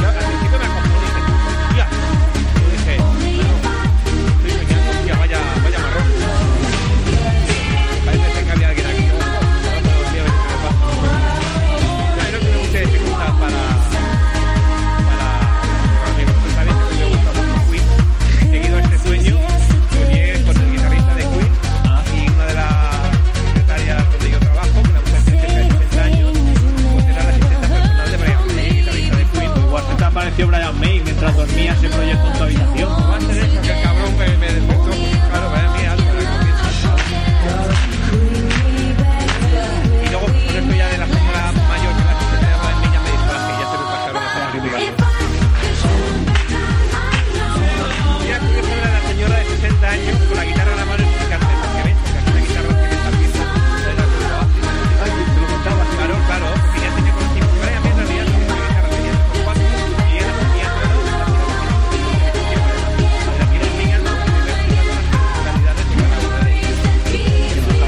yo al principio me acojoné y dije, "Hostia". Yo dije, "Bueno, estoy soñando, hostia, vaya- vaya marrón". Parece ser que había alguien aquí. Ahora todos los días me pasa. Ya, yo no tengo mucha dificultad para- para- para mi responsabilidad, Pues, que me gusta mucho Queen. He seguido este sueño, soñé con el guitarrista de Queen y una de las secretarias donde yo trabajo, una mujer de 70 años, pues era la asistente personal de Brian May, guitarrista de Queen.
Igual se te apareció Brian May mientras dormía se proyectó en tu habitación.
Va a ser eso, que el cabrón me, me despertó. Claro, vaya mía, algo de comienzo. Y luego, por eso ya de la señora mayor que la asistente de Brian May ya me disfrazé, ya se me pasaron las horas Y era curioso ver a la señora de 60 años con la guitarra en la mano explicarte por qué ves, porque es una guitarra que está pieza. Era como,
Ay, te lo contaba.
Claro, claro, porque ya tenía conocimiento. Pero ella piensa que ya tenía una guitarra, tenía como cuatro, y ella la tenía toda, la tenía como cinco. La mira enseñando, y le explica todas las personalidades de cada una de ellas.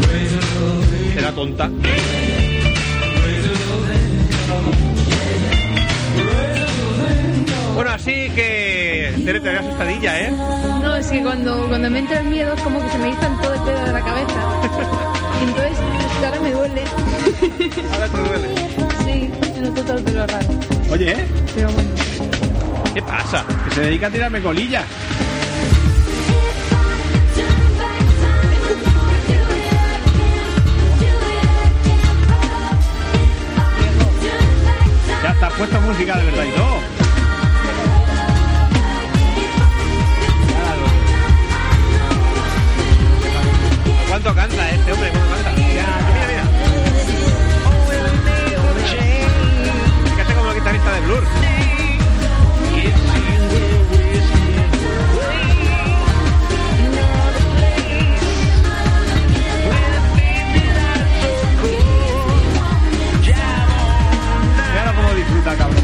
Buah. Será tonta. Bueno, así que... Tere, te veas asustadilla, ¿eh?
No, es que cuando, cuando me entra el miedo es como que se me hizo todo el pelo de la cabeza. Y entonces, pues, ahora me duele.
Ahora te duele.
Sí, me noto todo el pelo raro.
Oye, ¿eh?
Pero bueno.
¿Qué pasa?
que se dedica a tirarme colillas. te has puesto música de verdad y todo.
¿Cuánto canta este hombre? ¿Cuánto canta? Mira, mira, mira. Fíjate como el guitarrista de Blur.
Claro cómo disfruta, cabrón.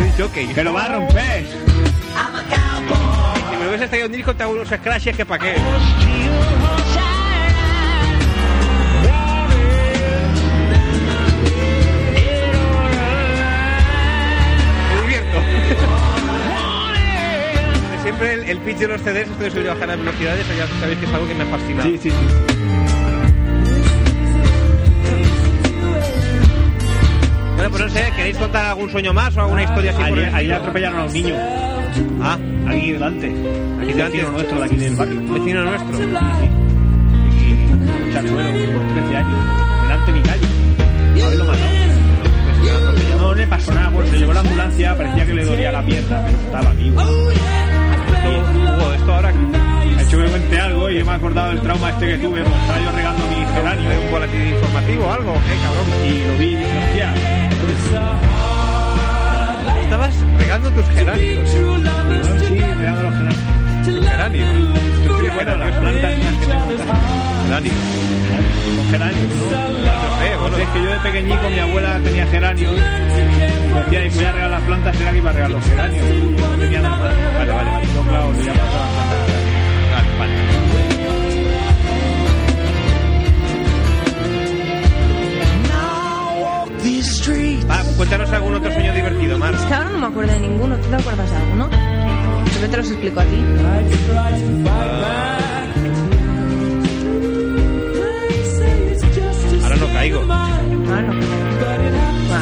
Un jockey.
Que lo va a romper.
Si me hubiese traído un disco, te hago unos scratches que pa' qué. Me divierto. Siempre el, el pitch de los CDs, esto de subir y bajar las velocidades, ya sabéis que es algo que me fascina.
Sí, sí, sí.
Bueno, pues no sé, ¿queréis contar algún sueño más o
Ah,
alguna historia así por el
Ayer, ayer
estilo?
atropellaron a un niño.
Ah,
Aquí delante.
Aquí delante.
Aquí delante. nuestro de aquí del barrio.
un vecino nuestro.
Un charuelo con 13 años. Delante de mi calle. Haberlo matado. No le pasó nada, bueno, se llevó la ambulancia, parecía que le dolía la pierna, pero estaba vivo.
Esto, Hugo, esto ahora
Ha hecho que me cuente algo y me he acordado del trauma este que tuve, porque estaba yo regando mi geranio
hay un boletín informativo o algo, ¿qué cabrón?
y lo vi y dije, hostia,
Estabas regando tus geranios.
sí, regando los geranios.
Geranios. Tus
Bueno, las
geranios.
plantas mías que tengo,
Geranios.
los geranios, ¿no?
No sé, bueno,
Es que yo de pequeñico mi abuela tenía geranios. Me decía, y voy a regar las plantas, era que iba a regar los geranios. No tenía nada más. Vale, vale, vale. No, claro, lo llamas a las plantas.
vale, vale.
Ah,
Va, cuéntanos algún otro sueño divertido, Mar.
Es que ahora no me acuerdo de ninguno. ¿Tú te acuerdas de alguno? Yo te los explico a ti.
Ahora no caigo.
Ah, no. Bueno,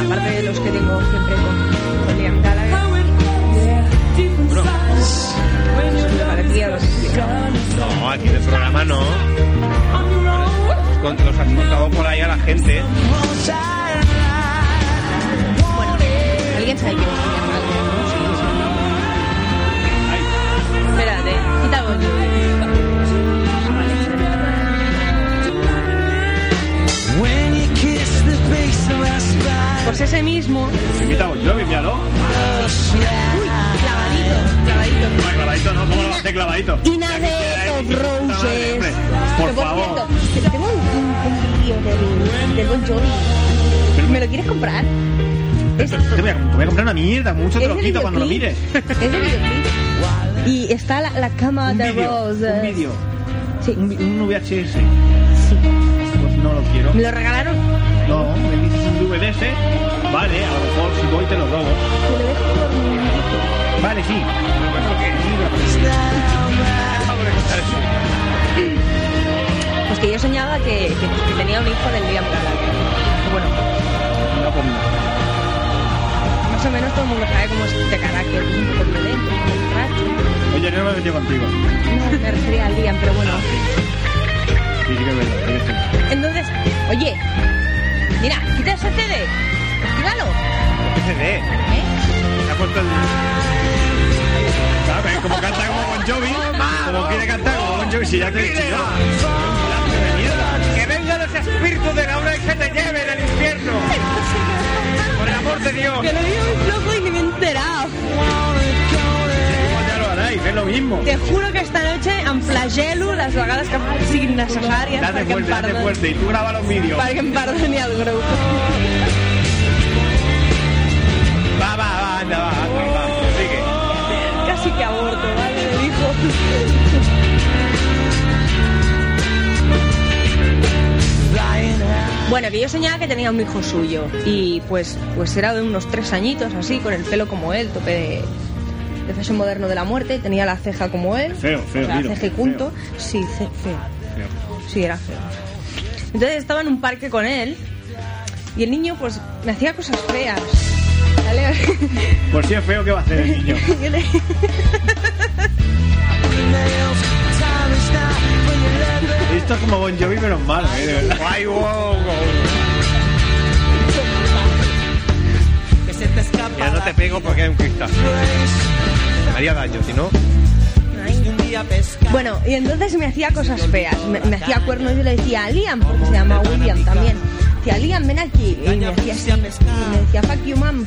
aparte de los que tengo siempre con, con Liam Gallagher. Bueno, para ti ya los explico.
No, aquí en el programa no. Con- Los has contado por ahí a la gente.
¿Alguien sabe quién es Liam Gallagher? Espérate, quita Pues ese mismo,
Invitado yo, míralo.
clavadito, clavadito.
No, clavadito no, ¿cómo lo hace clavadito?
Tina de
Puta madre,
of
hombre.
Roses.
Por
Que, por
favor.
cierto, te- tengo un, un, un vídeo del, del Bon Jovi. ¿Me lo quieres comprar? Es, es
Te voy, a, te voy a comprar una mierda, mucho te lo
el
quito cuando lo
videoclip.
mires.
el videoclip. Y está la, la cama
Un
de
vídeo,
Roses.
un vídeo,
Sí,
un, vi- un VHS.
sí.
Pues no lo quiero.
Me lo regalaron. Me
No, me dices un DVDS. Vale, a lo mejor si voy te lo robo.
lo dejo por mi hijo.
Vale, sí.
Pues que yo soñaba que, que- que tenía un hijo del Liam Gallagher. Bueno,
No, pues no.
más o menos todo el mundo sabe cómo es de carácter, un poco violento, un poco borracho.
Oye, no me he metido contigo.
No, me refería al Liam, pero bueno.
Sí, sí que es verdad, es que sí.
Entonces, oye, mira, quita ese CD, quítalo,
¿Qué se ve?
¿eh?
Se ha puesto el...
¿Sabes? Como canta como Bon Jovi. Como quiere cantar como Bon Jovi. Si ya que
¡Que vengan los espíritus de la hora y que te lleven al infierno! ¡Por el amor de Dios!
Que lo digo muy flojo y ni me he enterado.
ya lo haráis, es lo mismo.
Te juro que esta noche em flagelo les vegades que siguin necessàries
Date
perquè em
fuerte, date
perdoni,
fuerte. Y tú graba los vídeos.
perquè em perdoni el grup.
Va, va, va, anda, va, anda, va, sigue.
Casi que aborto, ¿vale? Me dijo. Bueno, que yo soñaba que tenía un hijo suyo y pues, pues era de unos tres añitos así, con el pelo como él, tope de, de fashion moderno de la muerte, tenía la ceja como él,
Feo, feo,
o sea,
dilo,
ceja y culto, sí, ce- feo. Sí, era feo. Entonces estaba en un parque con él y el niño pues me hacía cosas feas. ¿vale?
Por si Pues es feo, ¿qué va a hacer el niño?
Yo le-
Esto es como Bon Jovi, pero es malo, ¿eh? De verdad.
¡Ay, wow! wow. Mira, no te pego porque hay un cristal. Me haría daño, si no.
Bueno, y entonces me hacía cosas feas. Me, me hacía cuernos y yo le decía a Liam, porque se llama William también. Decía, Liam, ven aquí. Y me hacía así. Y me decía, fuck you, mom.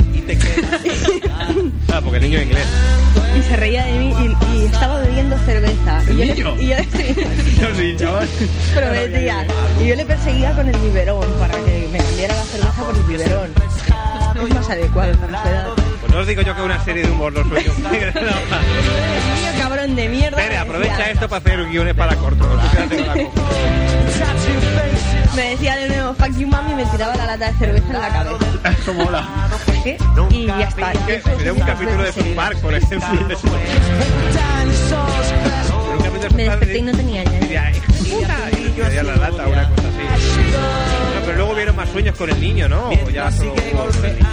Ah, porque el niño es inglés.
Y se reía de mí y, y estaba bebiendo cerveza. Y yo, le, y yo le-
Yo sí, chaval.
prometía. Y yo le perseguía con el biberón para que me cambiara la cerveza por el biberón. Es más adecuado para su edad.
Pues no os digo yo que una serie de humor los sueño.
Niño cabrón de mierda.
Pere,
me
aprovecha
decía-
esto para hacer guiones para corto. Tú quédate con la coca.
Me decía de nuevo, fuck you, mami, y me tiraba la lata de cerveza en la cabeza.
Eso mola.
¿Qué? Y ya está.
Que Sería un capítulo de South Park, por ejemplo. Un capítulo de South
Me
Park
desperté y no tenía ya.
diría, "Hija de puta", y le daría la lata una cosa así. No, pero luego vieron más sueños con el niño, ¿no? O ya solo jugaba con el niño.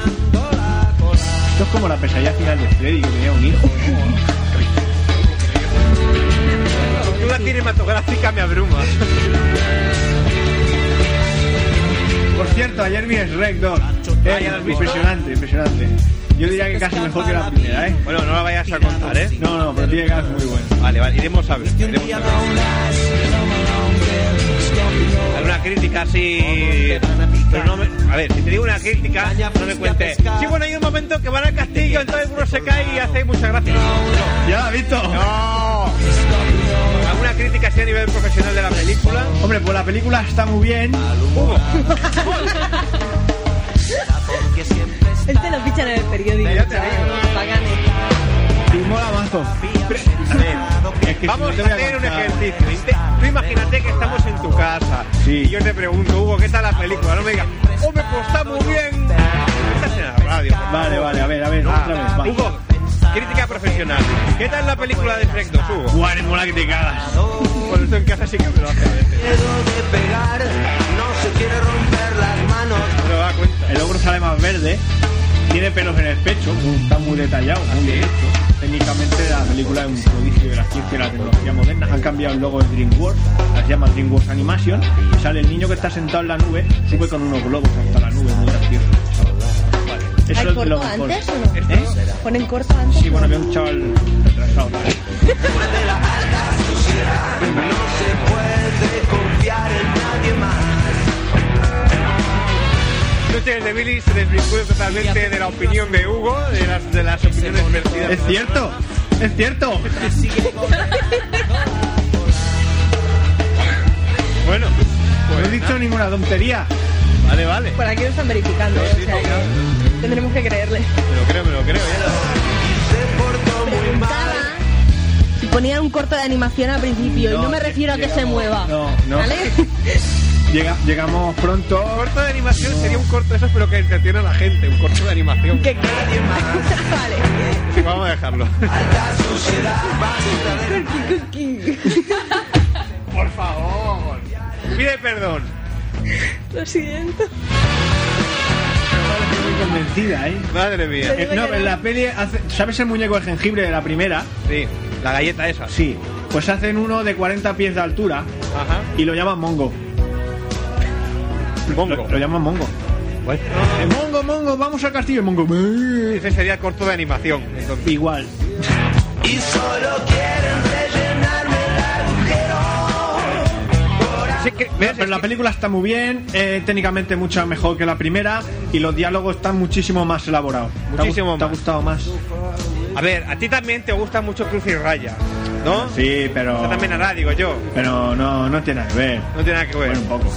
Esto es como la pesadilla final de Freddy, que tenía un hijo. ¿no?
Tú la cinematográfica me abruma.
Por cierto, ayer vi Shrek 2. Eh,
Ah, ya lo has visto.
impresionante, impresionante. Yo diría que casi mejor que la primera, ¿eh?
Bueno, no la vayas a contar, ¿eh?
No, no, pero tiene que ser muy bueno.
Vale, vale, iremos a ver. Iremos a ver. Alguna crítica así. Pero no me- A ver, si te digo una crítica, no me cuentes. Sí, bueno, hay un momento que van al castillo, entonces uno se cae y hace mucha gracia.
¿Ya la has visto?
¡No! ¿Alguna crítica así a nivel profesional de la película?
Hombre, pues la película está muy bien.
Este lo fichan en el periódico.
Ya te digo.
chaval, paganes.
Y mola
A
mazo.
ver,
Es que
vamos
si
a
no te voy a
hacer un
contar.
ejercicio. Inte- Tú imagínate que estamos en tu casa
Sí.
y yo te pregunto, Hugo, ¿qué tal la película? No me digas, hombre, pues está muy bien. Estás en la radio. por favor.
Vale, vale, a ver, a ver,
Ah,
otra vez. va.
Hugo, crítica profesional. ¿Qué tal la película de Shrek 2, Hugo?
Guau, mola que te cagas.
Por esto en casa sí que me lo hace a veces. No se da cuenta.
El ogro sale más verde. Tiene pelos en el pecho. Está muy detallado, muy bien hecho. Técnicamente la película es un prodigio de la ciencia y la tecnología moderna. Han cambiado el logo de DreamWorks. Las llaman DreamWorks Animation. Y sale el niño que está sentado en la nube. Sube con unos globos hasta la nube. Muy gracioso. Vale. Eso
¿Hay
es lo
corto
mejor.
antes o no?
¿Eh?
¿Ponen corto antes?
Sí, bueno, había un chaval retrasado.
Noches de Billy se desvincula totalmente de la opinión de Hugo, de las, de las opiniones vertidas.
¡Es cierto! ¡Es cierto!
Bueno,
No he dicho ninguna tontería.
vale, vale.
Por aquí lo están verificando, ¿eh? o sea que tendremos que creerle.
Me lo creo, me lo creo. Ya.
Preguntaba si ponían un corto de animación al principio y no me refiero a que se mueva.
No, no.
¿Vale?
Llega- llegamos
Un
pronto.
corto de animación sería un corto de esos, pero que entretiene a la gente. Un corto de animación.
Que- vale.
Sí, vamos a dejarlo. Por favor. Pide perdón.
Lo siento.
Estoy convencida, ¿eh?
Madre mía.
Eh, No, en la peli, hace- ¿sabes el muñeco de jengibre de la primera?
Sí, la galleta esa.
Sí. Pues hacen uno de 40 pies de altura
Ajá.
y lo llaman mongo.
Mongo.
Lo, lo llaman mongo.
Bueno,
Eh, mongo, mongo, vamos al castillo. El mongo. "Bee".
Pues, Ese sería el corto de animación. Entonces.
Igual.
Sí, que-
Mira,
¿ves?
pero
Es
la
que-
película está muy bien, eh, técnicamente mucho mejor que la primera y los diálogos están muchísimo más elaborados. ¿Te ha gu-
Muchísimo
¿Te ha
más.
gustado más?
A ver, a ti también te gusta mucho Cruz y Raya, ¿no?
Sí, pero.
Yo también hará, digo yo.
Pero no, no tiene nada que ver.
No tiene nada que ver.
Bueno, un poco.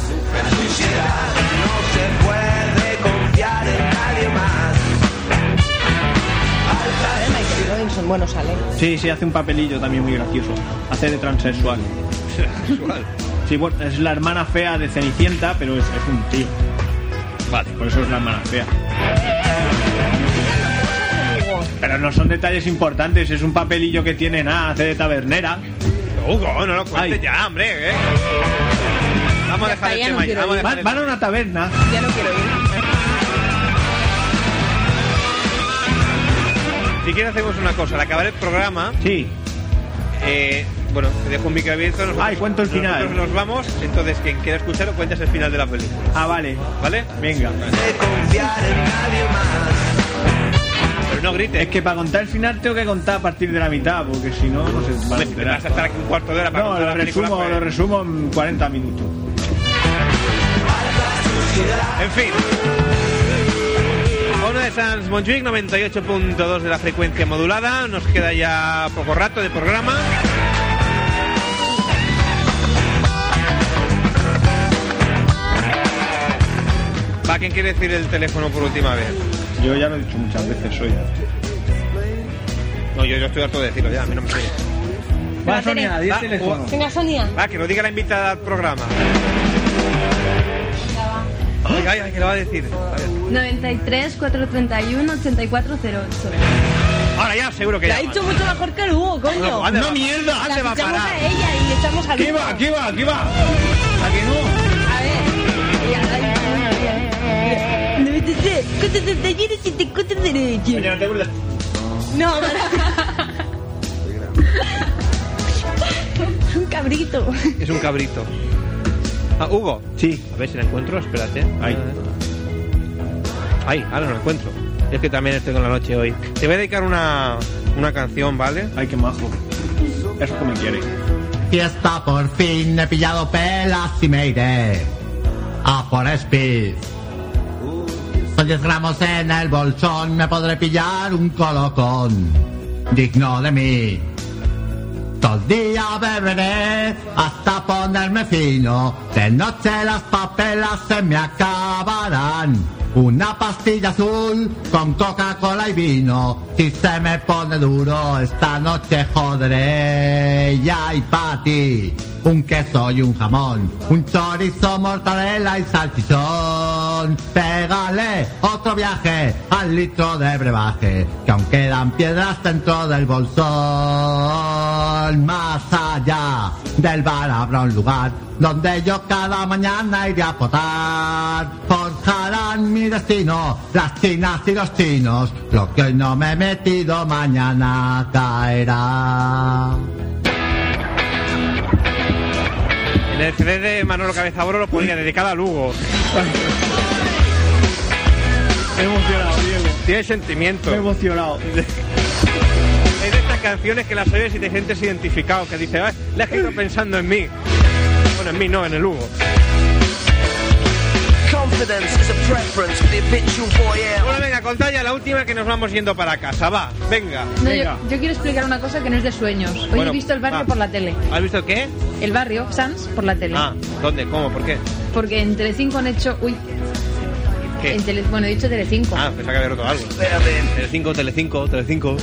Vale, Michael Robinson, bueno, sale.
Sí, sí, hace un papelillo también muy gracioso. Hace de transexual.
Sexual.
Sí, bueno, es la hermana fea de Cenicienta, pero es, es un tío.
Vale.
Por eso es la hermana fea. Pero no son detalles importantes, es un papelillo que tiene nada, hace de tabernera.
Hugo, no lo cuentes
pues, Ay.
ya, hombre. ¿eh? Vamos a
Ya está,
dejar el
ya no
tema ya.
quiero
Vamos a
ir.
dejar
Van,
el
van a
tema.
una taberna.
Ya no quiero ir.
Si quieres hacemos una cosa, al acabar el programa,
Sí,
eh, bueno, te dejo un micro abierto. Nosotros,
Ay, cuento el final.
Nosotros nos vamos, entonces quien quiera escucharlo cuentas el final de la película,
ah, vale.
¿vale?
Venga.
no grites.
Es que para contar el final tengo que contar a partir de la mitad, porque si no, no se van a
Hombre, si te
enterar.
vas a estar aquí un cuarto de hora para
No,
contar
lo
la película,
resumo,
pues-
lo resumo en 40 minutos.
pues, En fin. Una de Sans Montjuic, 98.2 de la frecuencia modulada. Nos queda ya poco rato de programa. Va, ¿quién quiere decir el teléfono por última vez?
Yo ya lo he dicho muchas veces hoy.
No, yo, yo estoy harto de decirlo ya, a mí no me oye.
Va, Sonia, di el
Va,
teléfono.
Venga, Sonia.
Va, que lo diga la invitada al programa. Ay, ay, ay, ¿qué le va a decir? A ver.
93 431 8408.
Ahora ya, seguro que
Lo
ya.
ha dicho mucho mejor que el Hugo, coño.
oh, ¡No mierda!
La
¿Dónde va a
fichamos
parar?
a ella y echamos al
¿Qué
Hugo.
va? ¿Qué va? ¿Qué va? ¿A que no?
A ver. Y ahora-
93, 431, 8408.
Oye, no te burles.
No, para. Un cabrito.
Es un cabrito. Ah, Hugo.
Sí.
A ver si la encuentro, espérate.
Ahí.
Ahí, ahora no la encuentro. Es que también estoy con la noche hoy. Te voy a dedicar una, una canción, ¿vale?
Ay, qué majo. Eso es como quiere.
Fiesta por fin, he pillado pelas y me iré a por Speed. Con 10 gramos en el bolsón me podré pillar un colocón digno de mí. Todo el día beberé hasta ponerme fino. De noche las papelas se me acabarán. Una pastilla azul con Coca-Cola y vino. Si se me pone duro, esta noche joderé. Ya y para ti. Un queso y un jamón. Un chorizo, mortadela y salchichón. Pégale otro viaje al litro de brebaje. Que aún quedan piedras dentro del bolsón. Más allá del bar habrá un lugar donde yo cada mañana iré a potar. Forjarán mi destino las chinas y los chinos. Lo que hoy no me he metido mañana caerá.
En el CD de Manolo Cabezaboro lo ponía dedicada a Lugo.
Me he emocionado, Diego.
Tiene
Me he
sentimiento.
emocionado.
Es de estas canciones que las oyes y te sientes identificado, que dices, "Ah, la he escrito pensando en mí. Bueno, en mí no, en el Lugo.
Confidence is a preference for the habitual voyeur.
Bueno, venga, contad ya la última que nos vamos yendo para casa. Va, venga.
No, yo,
Venga.
yo quiero explicar una cosa que no es de sueños. Hoy
Bueno,
he visto el barrio
va.
por la tele.
¿Has visto qué?
El barrio, Sans, por la tele.
Ah, ¿dónde? ¿Cómo? ¿Por qué?
Porque en Telecinco han hecho... Uy,
¿Qué?
en Tele- bueno, he dicho Telecinco.
Ah, pensaba que había roto algo.
There then,
Telecinco, Telecinco, Telecinco.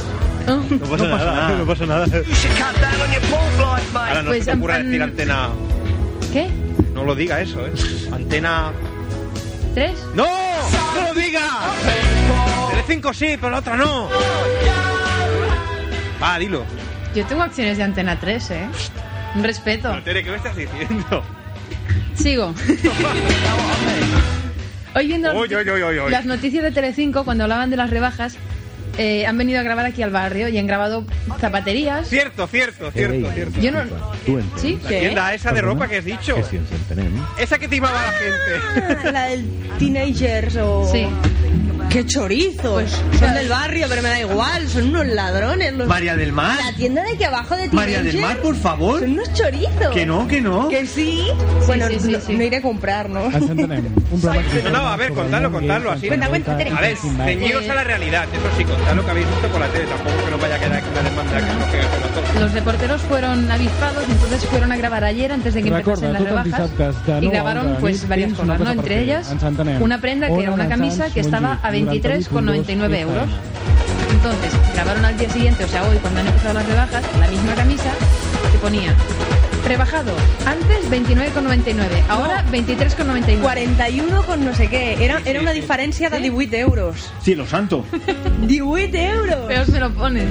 Ah.
No pasa, nada, no pasa nada.
you should cut down on your pork life, mate.
Ahora no
Pues
se te ocurra
han-
decir antena.
¿Qué?
No lo diga eso, ¿eh? Antena.
¿Tres?
¡No! ¡No lo diga! Telecinco sí, pero la otra no. Va, dilo.
Yo tengo acciones de Antena 3, ¿eh? Un respeto.
No, Tere, ¿qué me estás diciendo?
Sigo. Hoy viendo
Uy, uy, uy, uy, uy.
las noticias de Telecinco, cuando hablaban de las rebajas, eh, han venido a grabar aquí al barrio y han grabado zapaterías.
Cierto, cierto, cierto, cierto.
Yo no... ¿Sí?
La
¿Qué?
tienda esa de ropa que has dicho. Esa que te imaba la gente.
Ah, La del teenagers o...
Sí. Pues,
¡Qué chorizo! son del barrio, pero me da igual. Son unos ladrones. Los...
María del Mar.
La tienda de aquí abajo de
María
teenagers
del Mar, por favor.
son unos chorizos.
Que no, que no.
Que sí. bueno,
sí, sí,
no,
sí.
no iré a comprar, ¿no?
No, no, a ver, contadlo, contadlo así.
Cuenta, cuenta, Tere.
A ver, ceñidos a la realidad, eso sí, contad lo que habéis visto por la tele, tampoco que nos vaya a quedar aquí una demanda que nos pegue el pelotón.
Los reporteros fueron avispados, entonces fueron a grabar ayer antes de que empezasen las rebajas y grabaron pues varias cosas, ¿no? Entre ellas una prenda que era una camisa que estaba a 23,99 euros. Entonces grabaron al día siguiente, o sea hoy cuando han empezado las rebajas, la misma camisa que ponía rebajado antes 29,99, ahora 23,99.
41 con no sé qué. Era, era una diferencia de 18 euros.
Sí, lo santo.
18 euros.
Peor se lo pones.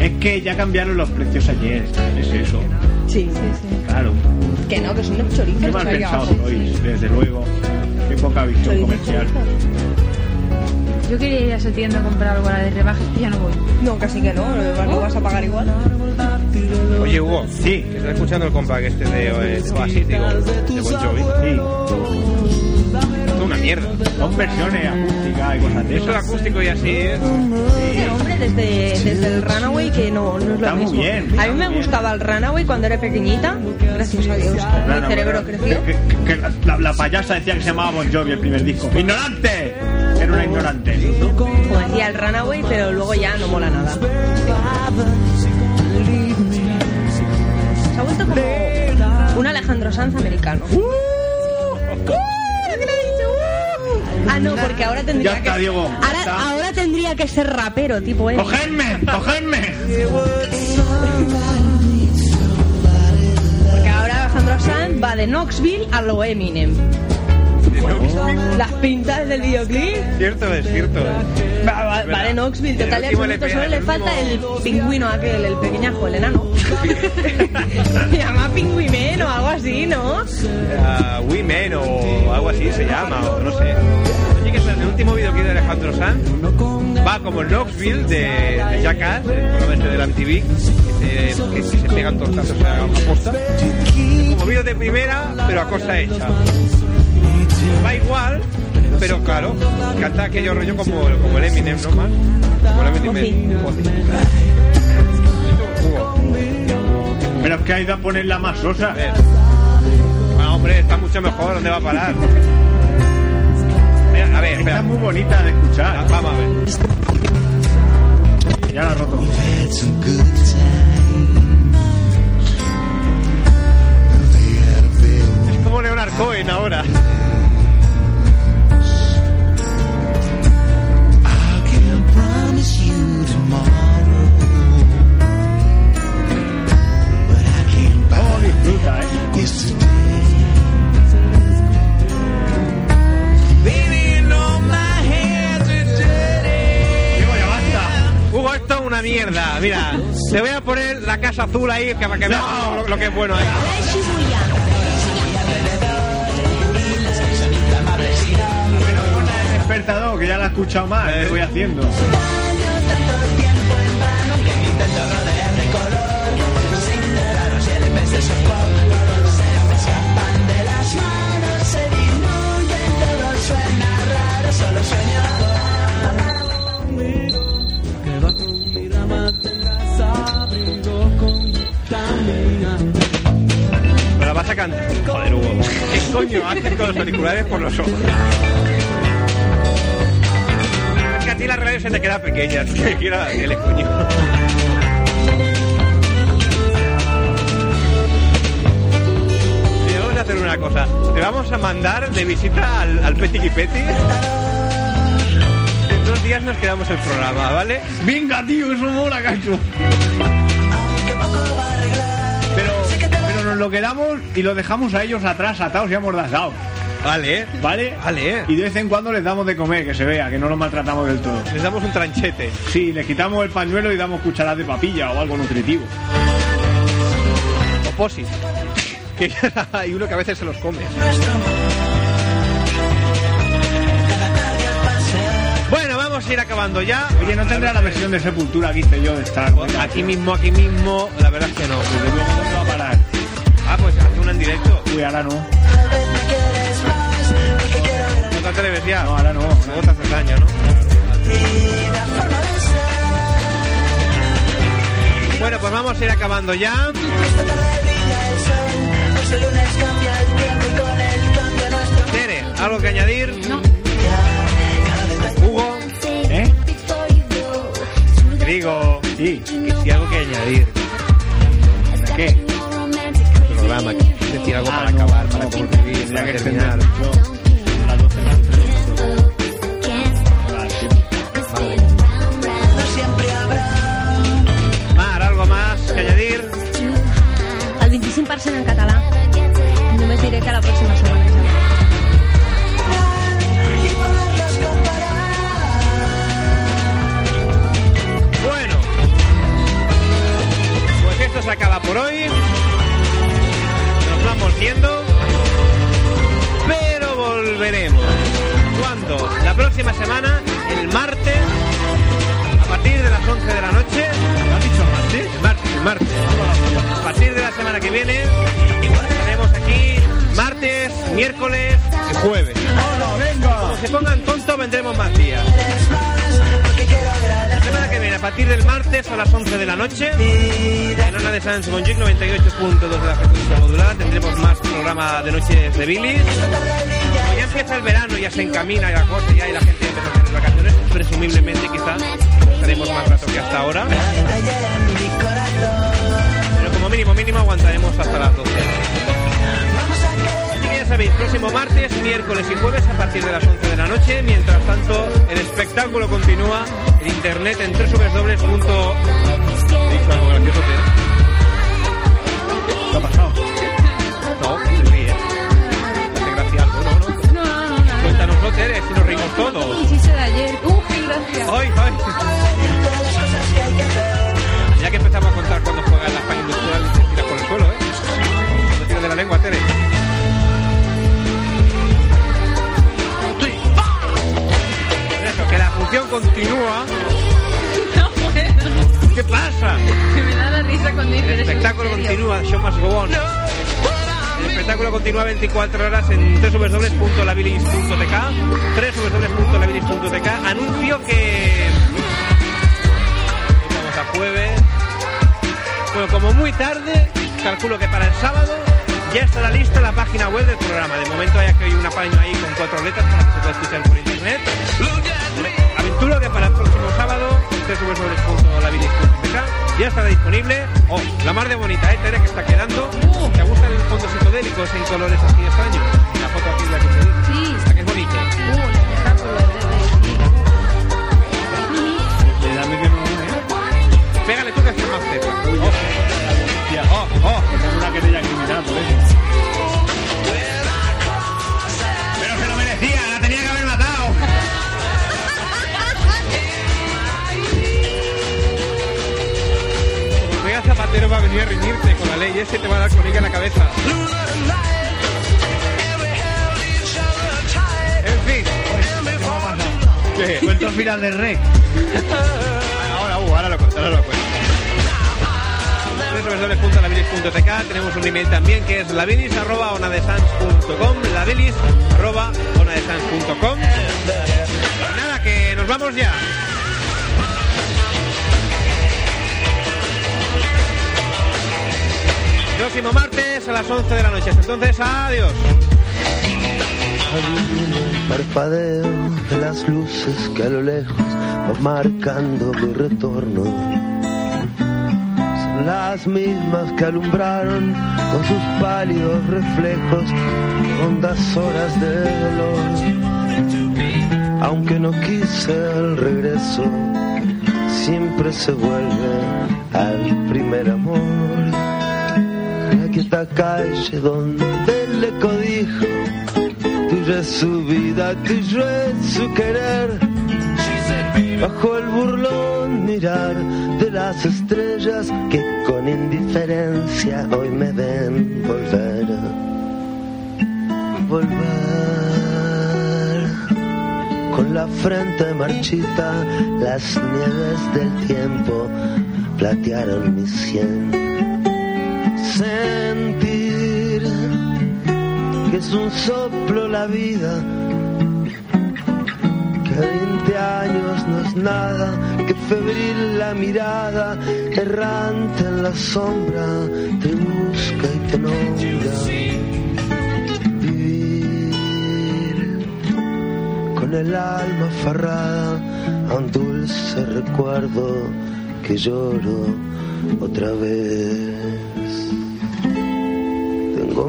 Es que ya cambiaron los precios ayer. Es eso.
Sí.
Claro.
Que no, que son unos chorizos.
Qué mal
oiga.
pensado sois, desde luego. Qué poca visión
Chorizos,
comercial.
chorizos.
Yo quería ir a esa tienda a comprar algo a la de rebajas y ya no voy.
No, casi que no. Lo demás lo vas a pagar igual.
Oye, Hugo,
Sí.
que está escuchando el compact este de eh, Oasis, digo, de Bon Jovi.
Sí.
Esto es una mierda. mierda.
Son versiones acústicas y cosas de
Esto
esas.
acústico y así ¿eh? es.
Sí, Este hombre, desde, desde el Runaway que no, no es lo
Está muy
mismo.
bien,
a
está
mí
muy
me
bien.
gustaba el Runaway cuando era pequeñita, gracias a Dios. Mi cerebro creció.
Que, que- que la- la, la payasa decía que se llamaba Bon Jovi el primer disco. ¡Ignorante! Era una ignorante.
Como decía el Runaway, pero luego ya no mola nada. Se ha vuelto como un Alejandro Sanz americano.
¡Uh!
¡Uh! Ah, no, porque ahora tendría
Ya está,
que...
Diego. Ya
Ahora,
está.
ahora tendría que ser rapero, tipo ¿eh? él.
¡Cogedme! ¡Cogedme!
Porque ahora Alejandro Sanz va de Knoxville a lo Eminem. Las pintas del videoclip.
Cierto es, cierto es.
Va, va- va de Knoxville, total y
El último
absoluto.
LP,
Solo
el
le
último-
falta el pingüino aquel, el pequeñajo, el enano. Se llama pingüimen o algo así, ¿no?
Ah, Women o algo así se llama, o no sé. Oye, que es el último videoclip de Alejandro Sanz va como Knoxville de, de Jackass, el programa este de la MTV, que se, que- que se pegan tortazos a una posta. Como vídeo de primera, pero a costa hecha. Va igual, pero claro, canta aquello rollo como, como el Eminem, ¿no más? Como el Eminem. Joder.
Pero es que hay que ponerla más sosa.
A ver. Ah, hombre, está mucho mejor, ¿dónde va a parar? Mira, A ver,
Está
espera.
muy bonita de
Ah,
escuchar.
Vamos a ver.
Ya la he roto.
Es como Leonard Cohen ahora.
¿Cómo disfruta, eh? eh. Diego, ya basta.
Hugo, esto es una mierda. Mira, te voy a poner la casa azul ahí que para que veas lo, lo que es bueno ahí.
Pon el despertador, que ya la he escuchado más. ¿Qué voy haciendo?
Me la vas a cantar. Joder, Hugo. ¿Qué coño haces con los auriculares por los ojos? Es que a ti la radio se te queda pequeña. así que quiera el coño. Mira, Vamos a hacer una cosa. Te vamos a mandar de visita al, al Peti Kipeti. En dos días nos quedamos el programa, ¿vale?
Venga, tío, eso mola, cacho. Pero, pero nos lo quedamos y lo dejamos a ellos atrás, atados y amordazados.
Vale. ¿eh?
¿Vale?
Vale.
Y de vez en cuando les damos de comer, que se vea, que no los maltratamos del todo.
Les damos un tranchete.
Sí, les quitamos el pañuelo y damos cucharadas de papilla o algo nutritivo.
O posis. Que hay uno que a veces se los come. Bueno, vamos a ir acabando ya.
Oye, ¿no tendrá la versión de Sepultura que hice yo de Star Wars?
Aquí mismo, aquí mismo, la verdad es que no.
Desde luego no va a parar.
Ah, pues hace una en directo.
Uy, ahora no.
No te atreves ya.
No, ahora no.
Luego te haces daño, ¿no? Bueno, pues vamos a ir acabando ya. Tere, ¿algo que añadir?
No.
Hugo,
¿Eh?
Grigo,
Sí.
que si algo que añadir.
¿Qué?
Programa, que quieres decir algo
Ah,
para
no,
acabar,
no,
para
porque
concluir,
tendría
para
que
terminar.
extender mucho. Las doce más tres.
Mar, ¿algo más que añadir?
Al 25% en català. Només diré que la pròxima setmana és el
Bueno, pues esto se acaba por hoy. Nos vamos yendo, pero volveremos. ¿Cuándo? La próxima semana, el martes, a partir de las 11 de la noche. ¿Lo has dicho martes? Martes, el martes. A partir de la semana que viene, tenemos aquí martes, miércoles y jueves.
¡Hola, venga!
se pongan tontos vendremos más días. La semana que viene, a partir del martes a las 11 de la noche, en Ona de Sans con Jig 98.2 de la frecuencia modulada, tendremos más programa de noches de bilis. Como ya empieza el verano, ya se encamina la cosa, ya y la gente empieza a hacer vacaciones, presumiblemente quizá estaremos más rato que hasta ahora. Pero como mínimo, mínimo aguantaremos hasta las 12. Así que ya sabéis, próximo martes, miércoles y jueves a partir de las 11 de la noche. Mientras tanto, el espectáculo continúa en internet en www. punto- He dicho algo gracioso, tío. ¿Qué ha pasado? No, se ríe. No hace gracia algo, no, no.
No, no, no. nada.
Cuéntanoslo, Tere, si nos reímos todos.
Un chiste de ayer. Uh, qué gracia.
¡Ay, ay! Ya que empezamos a contar cuando juegan las pan industrial y te tiras por el suelo, ¿eh? Cuando tiras de la lengua, Tere. Sí. Por Eso, que la función continúa.
No puedo.
¿Qué pasa?
Que me da la risa cuando dices
El
eso,
espectáculo
en serio.
continúa, show must go on. El espectáculo continúa 24 horas en www.labilis.tk www.labilis.tk Anuncio que... Estamos a jueves. Bueno, como muy tarde, calculo que para el sábado ya estará lista la página web del programa. De momento hay aquí un apaño ahí con cuatro letras para que se pueda escuchar por internet. Aventuro que para el próximo sábado, www.labilis.tk ya estará disponible. Oh, la mar de bonita, ¿eh, Tere, que está quedando. ¿Te gustan los fondos psicodélicos en colores así extraños? La foto aquí es la que te digo.
Sí.
La que es bonita.
Uh, el espectáculo de-
Le da medio mamón, ¿eh?
Pégale tú que haces más cerca.
Hostia,
Oh, oh.
tengo una querella criminal por eso.
Pero se lo merecía, la tenía que haber matado. Como Venga, Zapatero va a venir a reñirte con la ley. Ese te va a dar con ella en la cabeza. En fin. ¿Qué?
Cuento el final del rey.
Ahora, uh, ahora lo cuento, ahora lo cuento. www.labilis.tk Tenemos un email también que es labilis.onadesans.com labilis.onadesans.com Nada, que nos vamos ya. Próximo martes a las 11 de la noche. Hasta Entonces, adiós.
Parpadeo de las luces que a lo lejos van marcando mi retorno. Son las mismas que alumbraron con sus pálidos reflejos hondas horas de dolor. Aunque no quise el regreso, siempre se vuelve al primer amor. La quieta calle donde le codijo tuya es su vida, tuyo es su querer. Bajo el burlón mirar de las estrellas que con indiferencia hoy me ven volver. Volver con la frente marchita, las nieves del tiempo platearon mi sien. Sentir que es un soplo la vida, que a 20 años no es nada, que febril la mirada, errante en la sombra, te busca y te nombra. Vivir con el alma aferrada a un dulce recuerdo que lloro otra vez. Tengo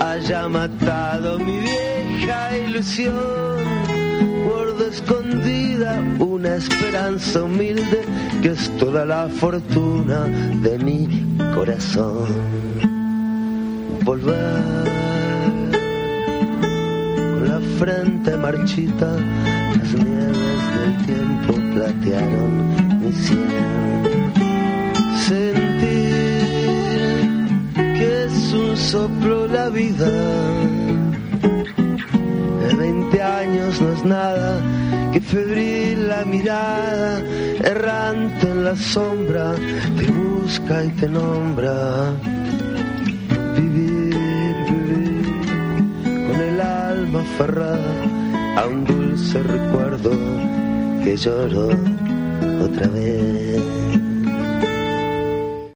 haya matado mi vieja ilusión, guardo escondida una esperanza humilde que es toda la fortuna de mi corazón. Volver con la frente marchita, las nieves del tiempo platearon mi cielo. Sentir que es un soplo la vida. De 20 años no es nada que febril la mirada, errante en la sombra, te busca y te nombra. Vivir, vivir con el alma aferrada a un dulce recuerdo que lloro otra vez.